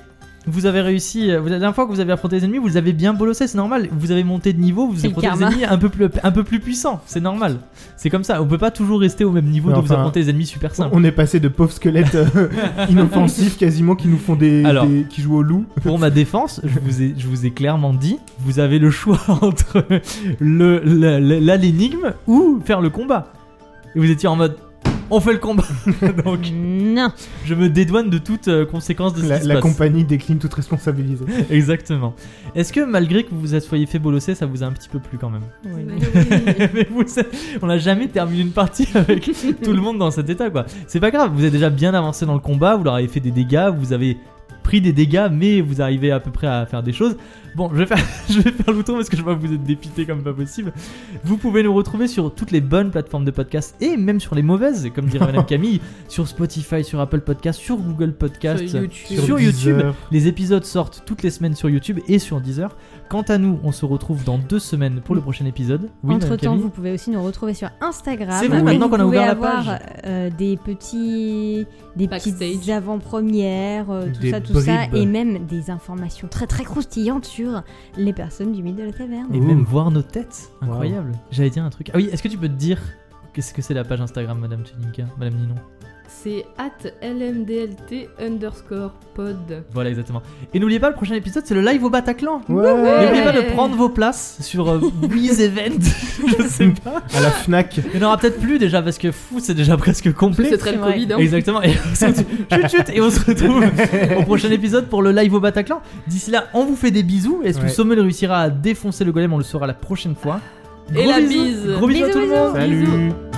Vous avez réussi, euh, vous- la dernière fois que vous avez affronté les ennemis, vous les avez bien bolossé, c'est normal. Vous avez monté de niveau, vous C'est avez le affronté des karma. ennemis un peu plus, un peu plus puissants, c'est normal. C'est comme ça, on peut pas toujours rester au même niveau Mais de vous enfin, affronter des ennemis super simples. On est passé de pauvres (laughs) squelettes euh, inoffensifs quasiment qui nous font des, Alors. des- qui jouent au loup. Pour ma défense, je vous, ai, je vous ai clairement dit, vous avez le choix (laughs) entre le, la- la- la- l'énigme ou faire le combat. Et vous étiez en mode, on fait le combat. (laughs) Donc, Non. je me dédouane de toute euh, conséquence de ce La, qui se la passe. compagnie décline toute responsabilité. (laughs) Exactement. Est-ce que malgré que vous vous êtes soyez fait bolosser, ça vous a un petit peu plu quand même (laughs) (laughs) Mais vous êtes- On n'a jamais terminé une partie (laughs) avec tout le monde dans cet état, quoi. C'est pas grave, vous êtes déjà bien avancé dans le combat, vous leur avez fait des dégâts, vous avez pris des dégâts, mais vous arrivez à peu près à faire des choses. Bon, je vais faire, (laughs) je vais faire l'outon parce que je vois que vous êtes dépité comme pas possible. Vous pouvez nous retrouver sur toutes les bonnes plateformes de podcast et même sur les mauvaises, comme dirait (laughs) Madame Camille, sur Spotify, sur Apple Podcast, sur Google Podcast. Sur YouTube. Sur YouTube. Deezer. Les épisodes sortent toutes les semaines sur YouTube et sur Deezer. Quant à nous, on se retrouve dans deux semaines pour le prochain épisode. Oui, Madame Entre temps, Camille vous pouvez aussi nous retrouver sur Instagram. C'est vrai, où maintenant vous qu'on a pouvez ouvert la avoir, page. euh, des petits, des Backstage. petites avant-premières, euh, tout Des ça, tout ça, bribes. et même des informations très très croustillantes sur les personnes du mythe de la taverne. Et Ouh. même voir nos têtes. Wow. Incroyable. J'allais dire un truc. Ah oui, est-ce que tu peux te dire qu'est-ce que c'est la page Instagram, Madame Tuninka Madame Ninon C'est at lmdlt underscore pod. Voilà, exactement. Et n'oubliez pas, le prochain épisode, c'est le live au Bataclan. Ouais. Ouais. N'oubliez pas de prendre vos places sur (laughs) euh, Wiz Event. (laughs) Je sais pas. À la Fnac. Il n'y en aura peut-être plus déjà parce que fou, c'est déjà presque complet. C'est très le c'est vrai. Covid, hein. Exactement. Et on se retrouve- chut, chut, et on se retrouve au prochain épisode pour le live au Bataclan. D'ici là, on vous fait des bisous. Est-ce que Ouais. Sommel réussira à défoncer le golem On le saura la prochaine fois. Et Gros la bisous. bise. Gros bisous à Bisous, tout le bisous. monde. Salut. Bisous.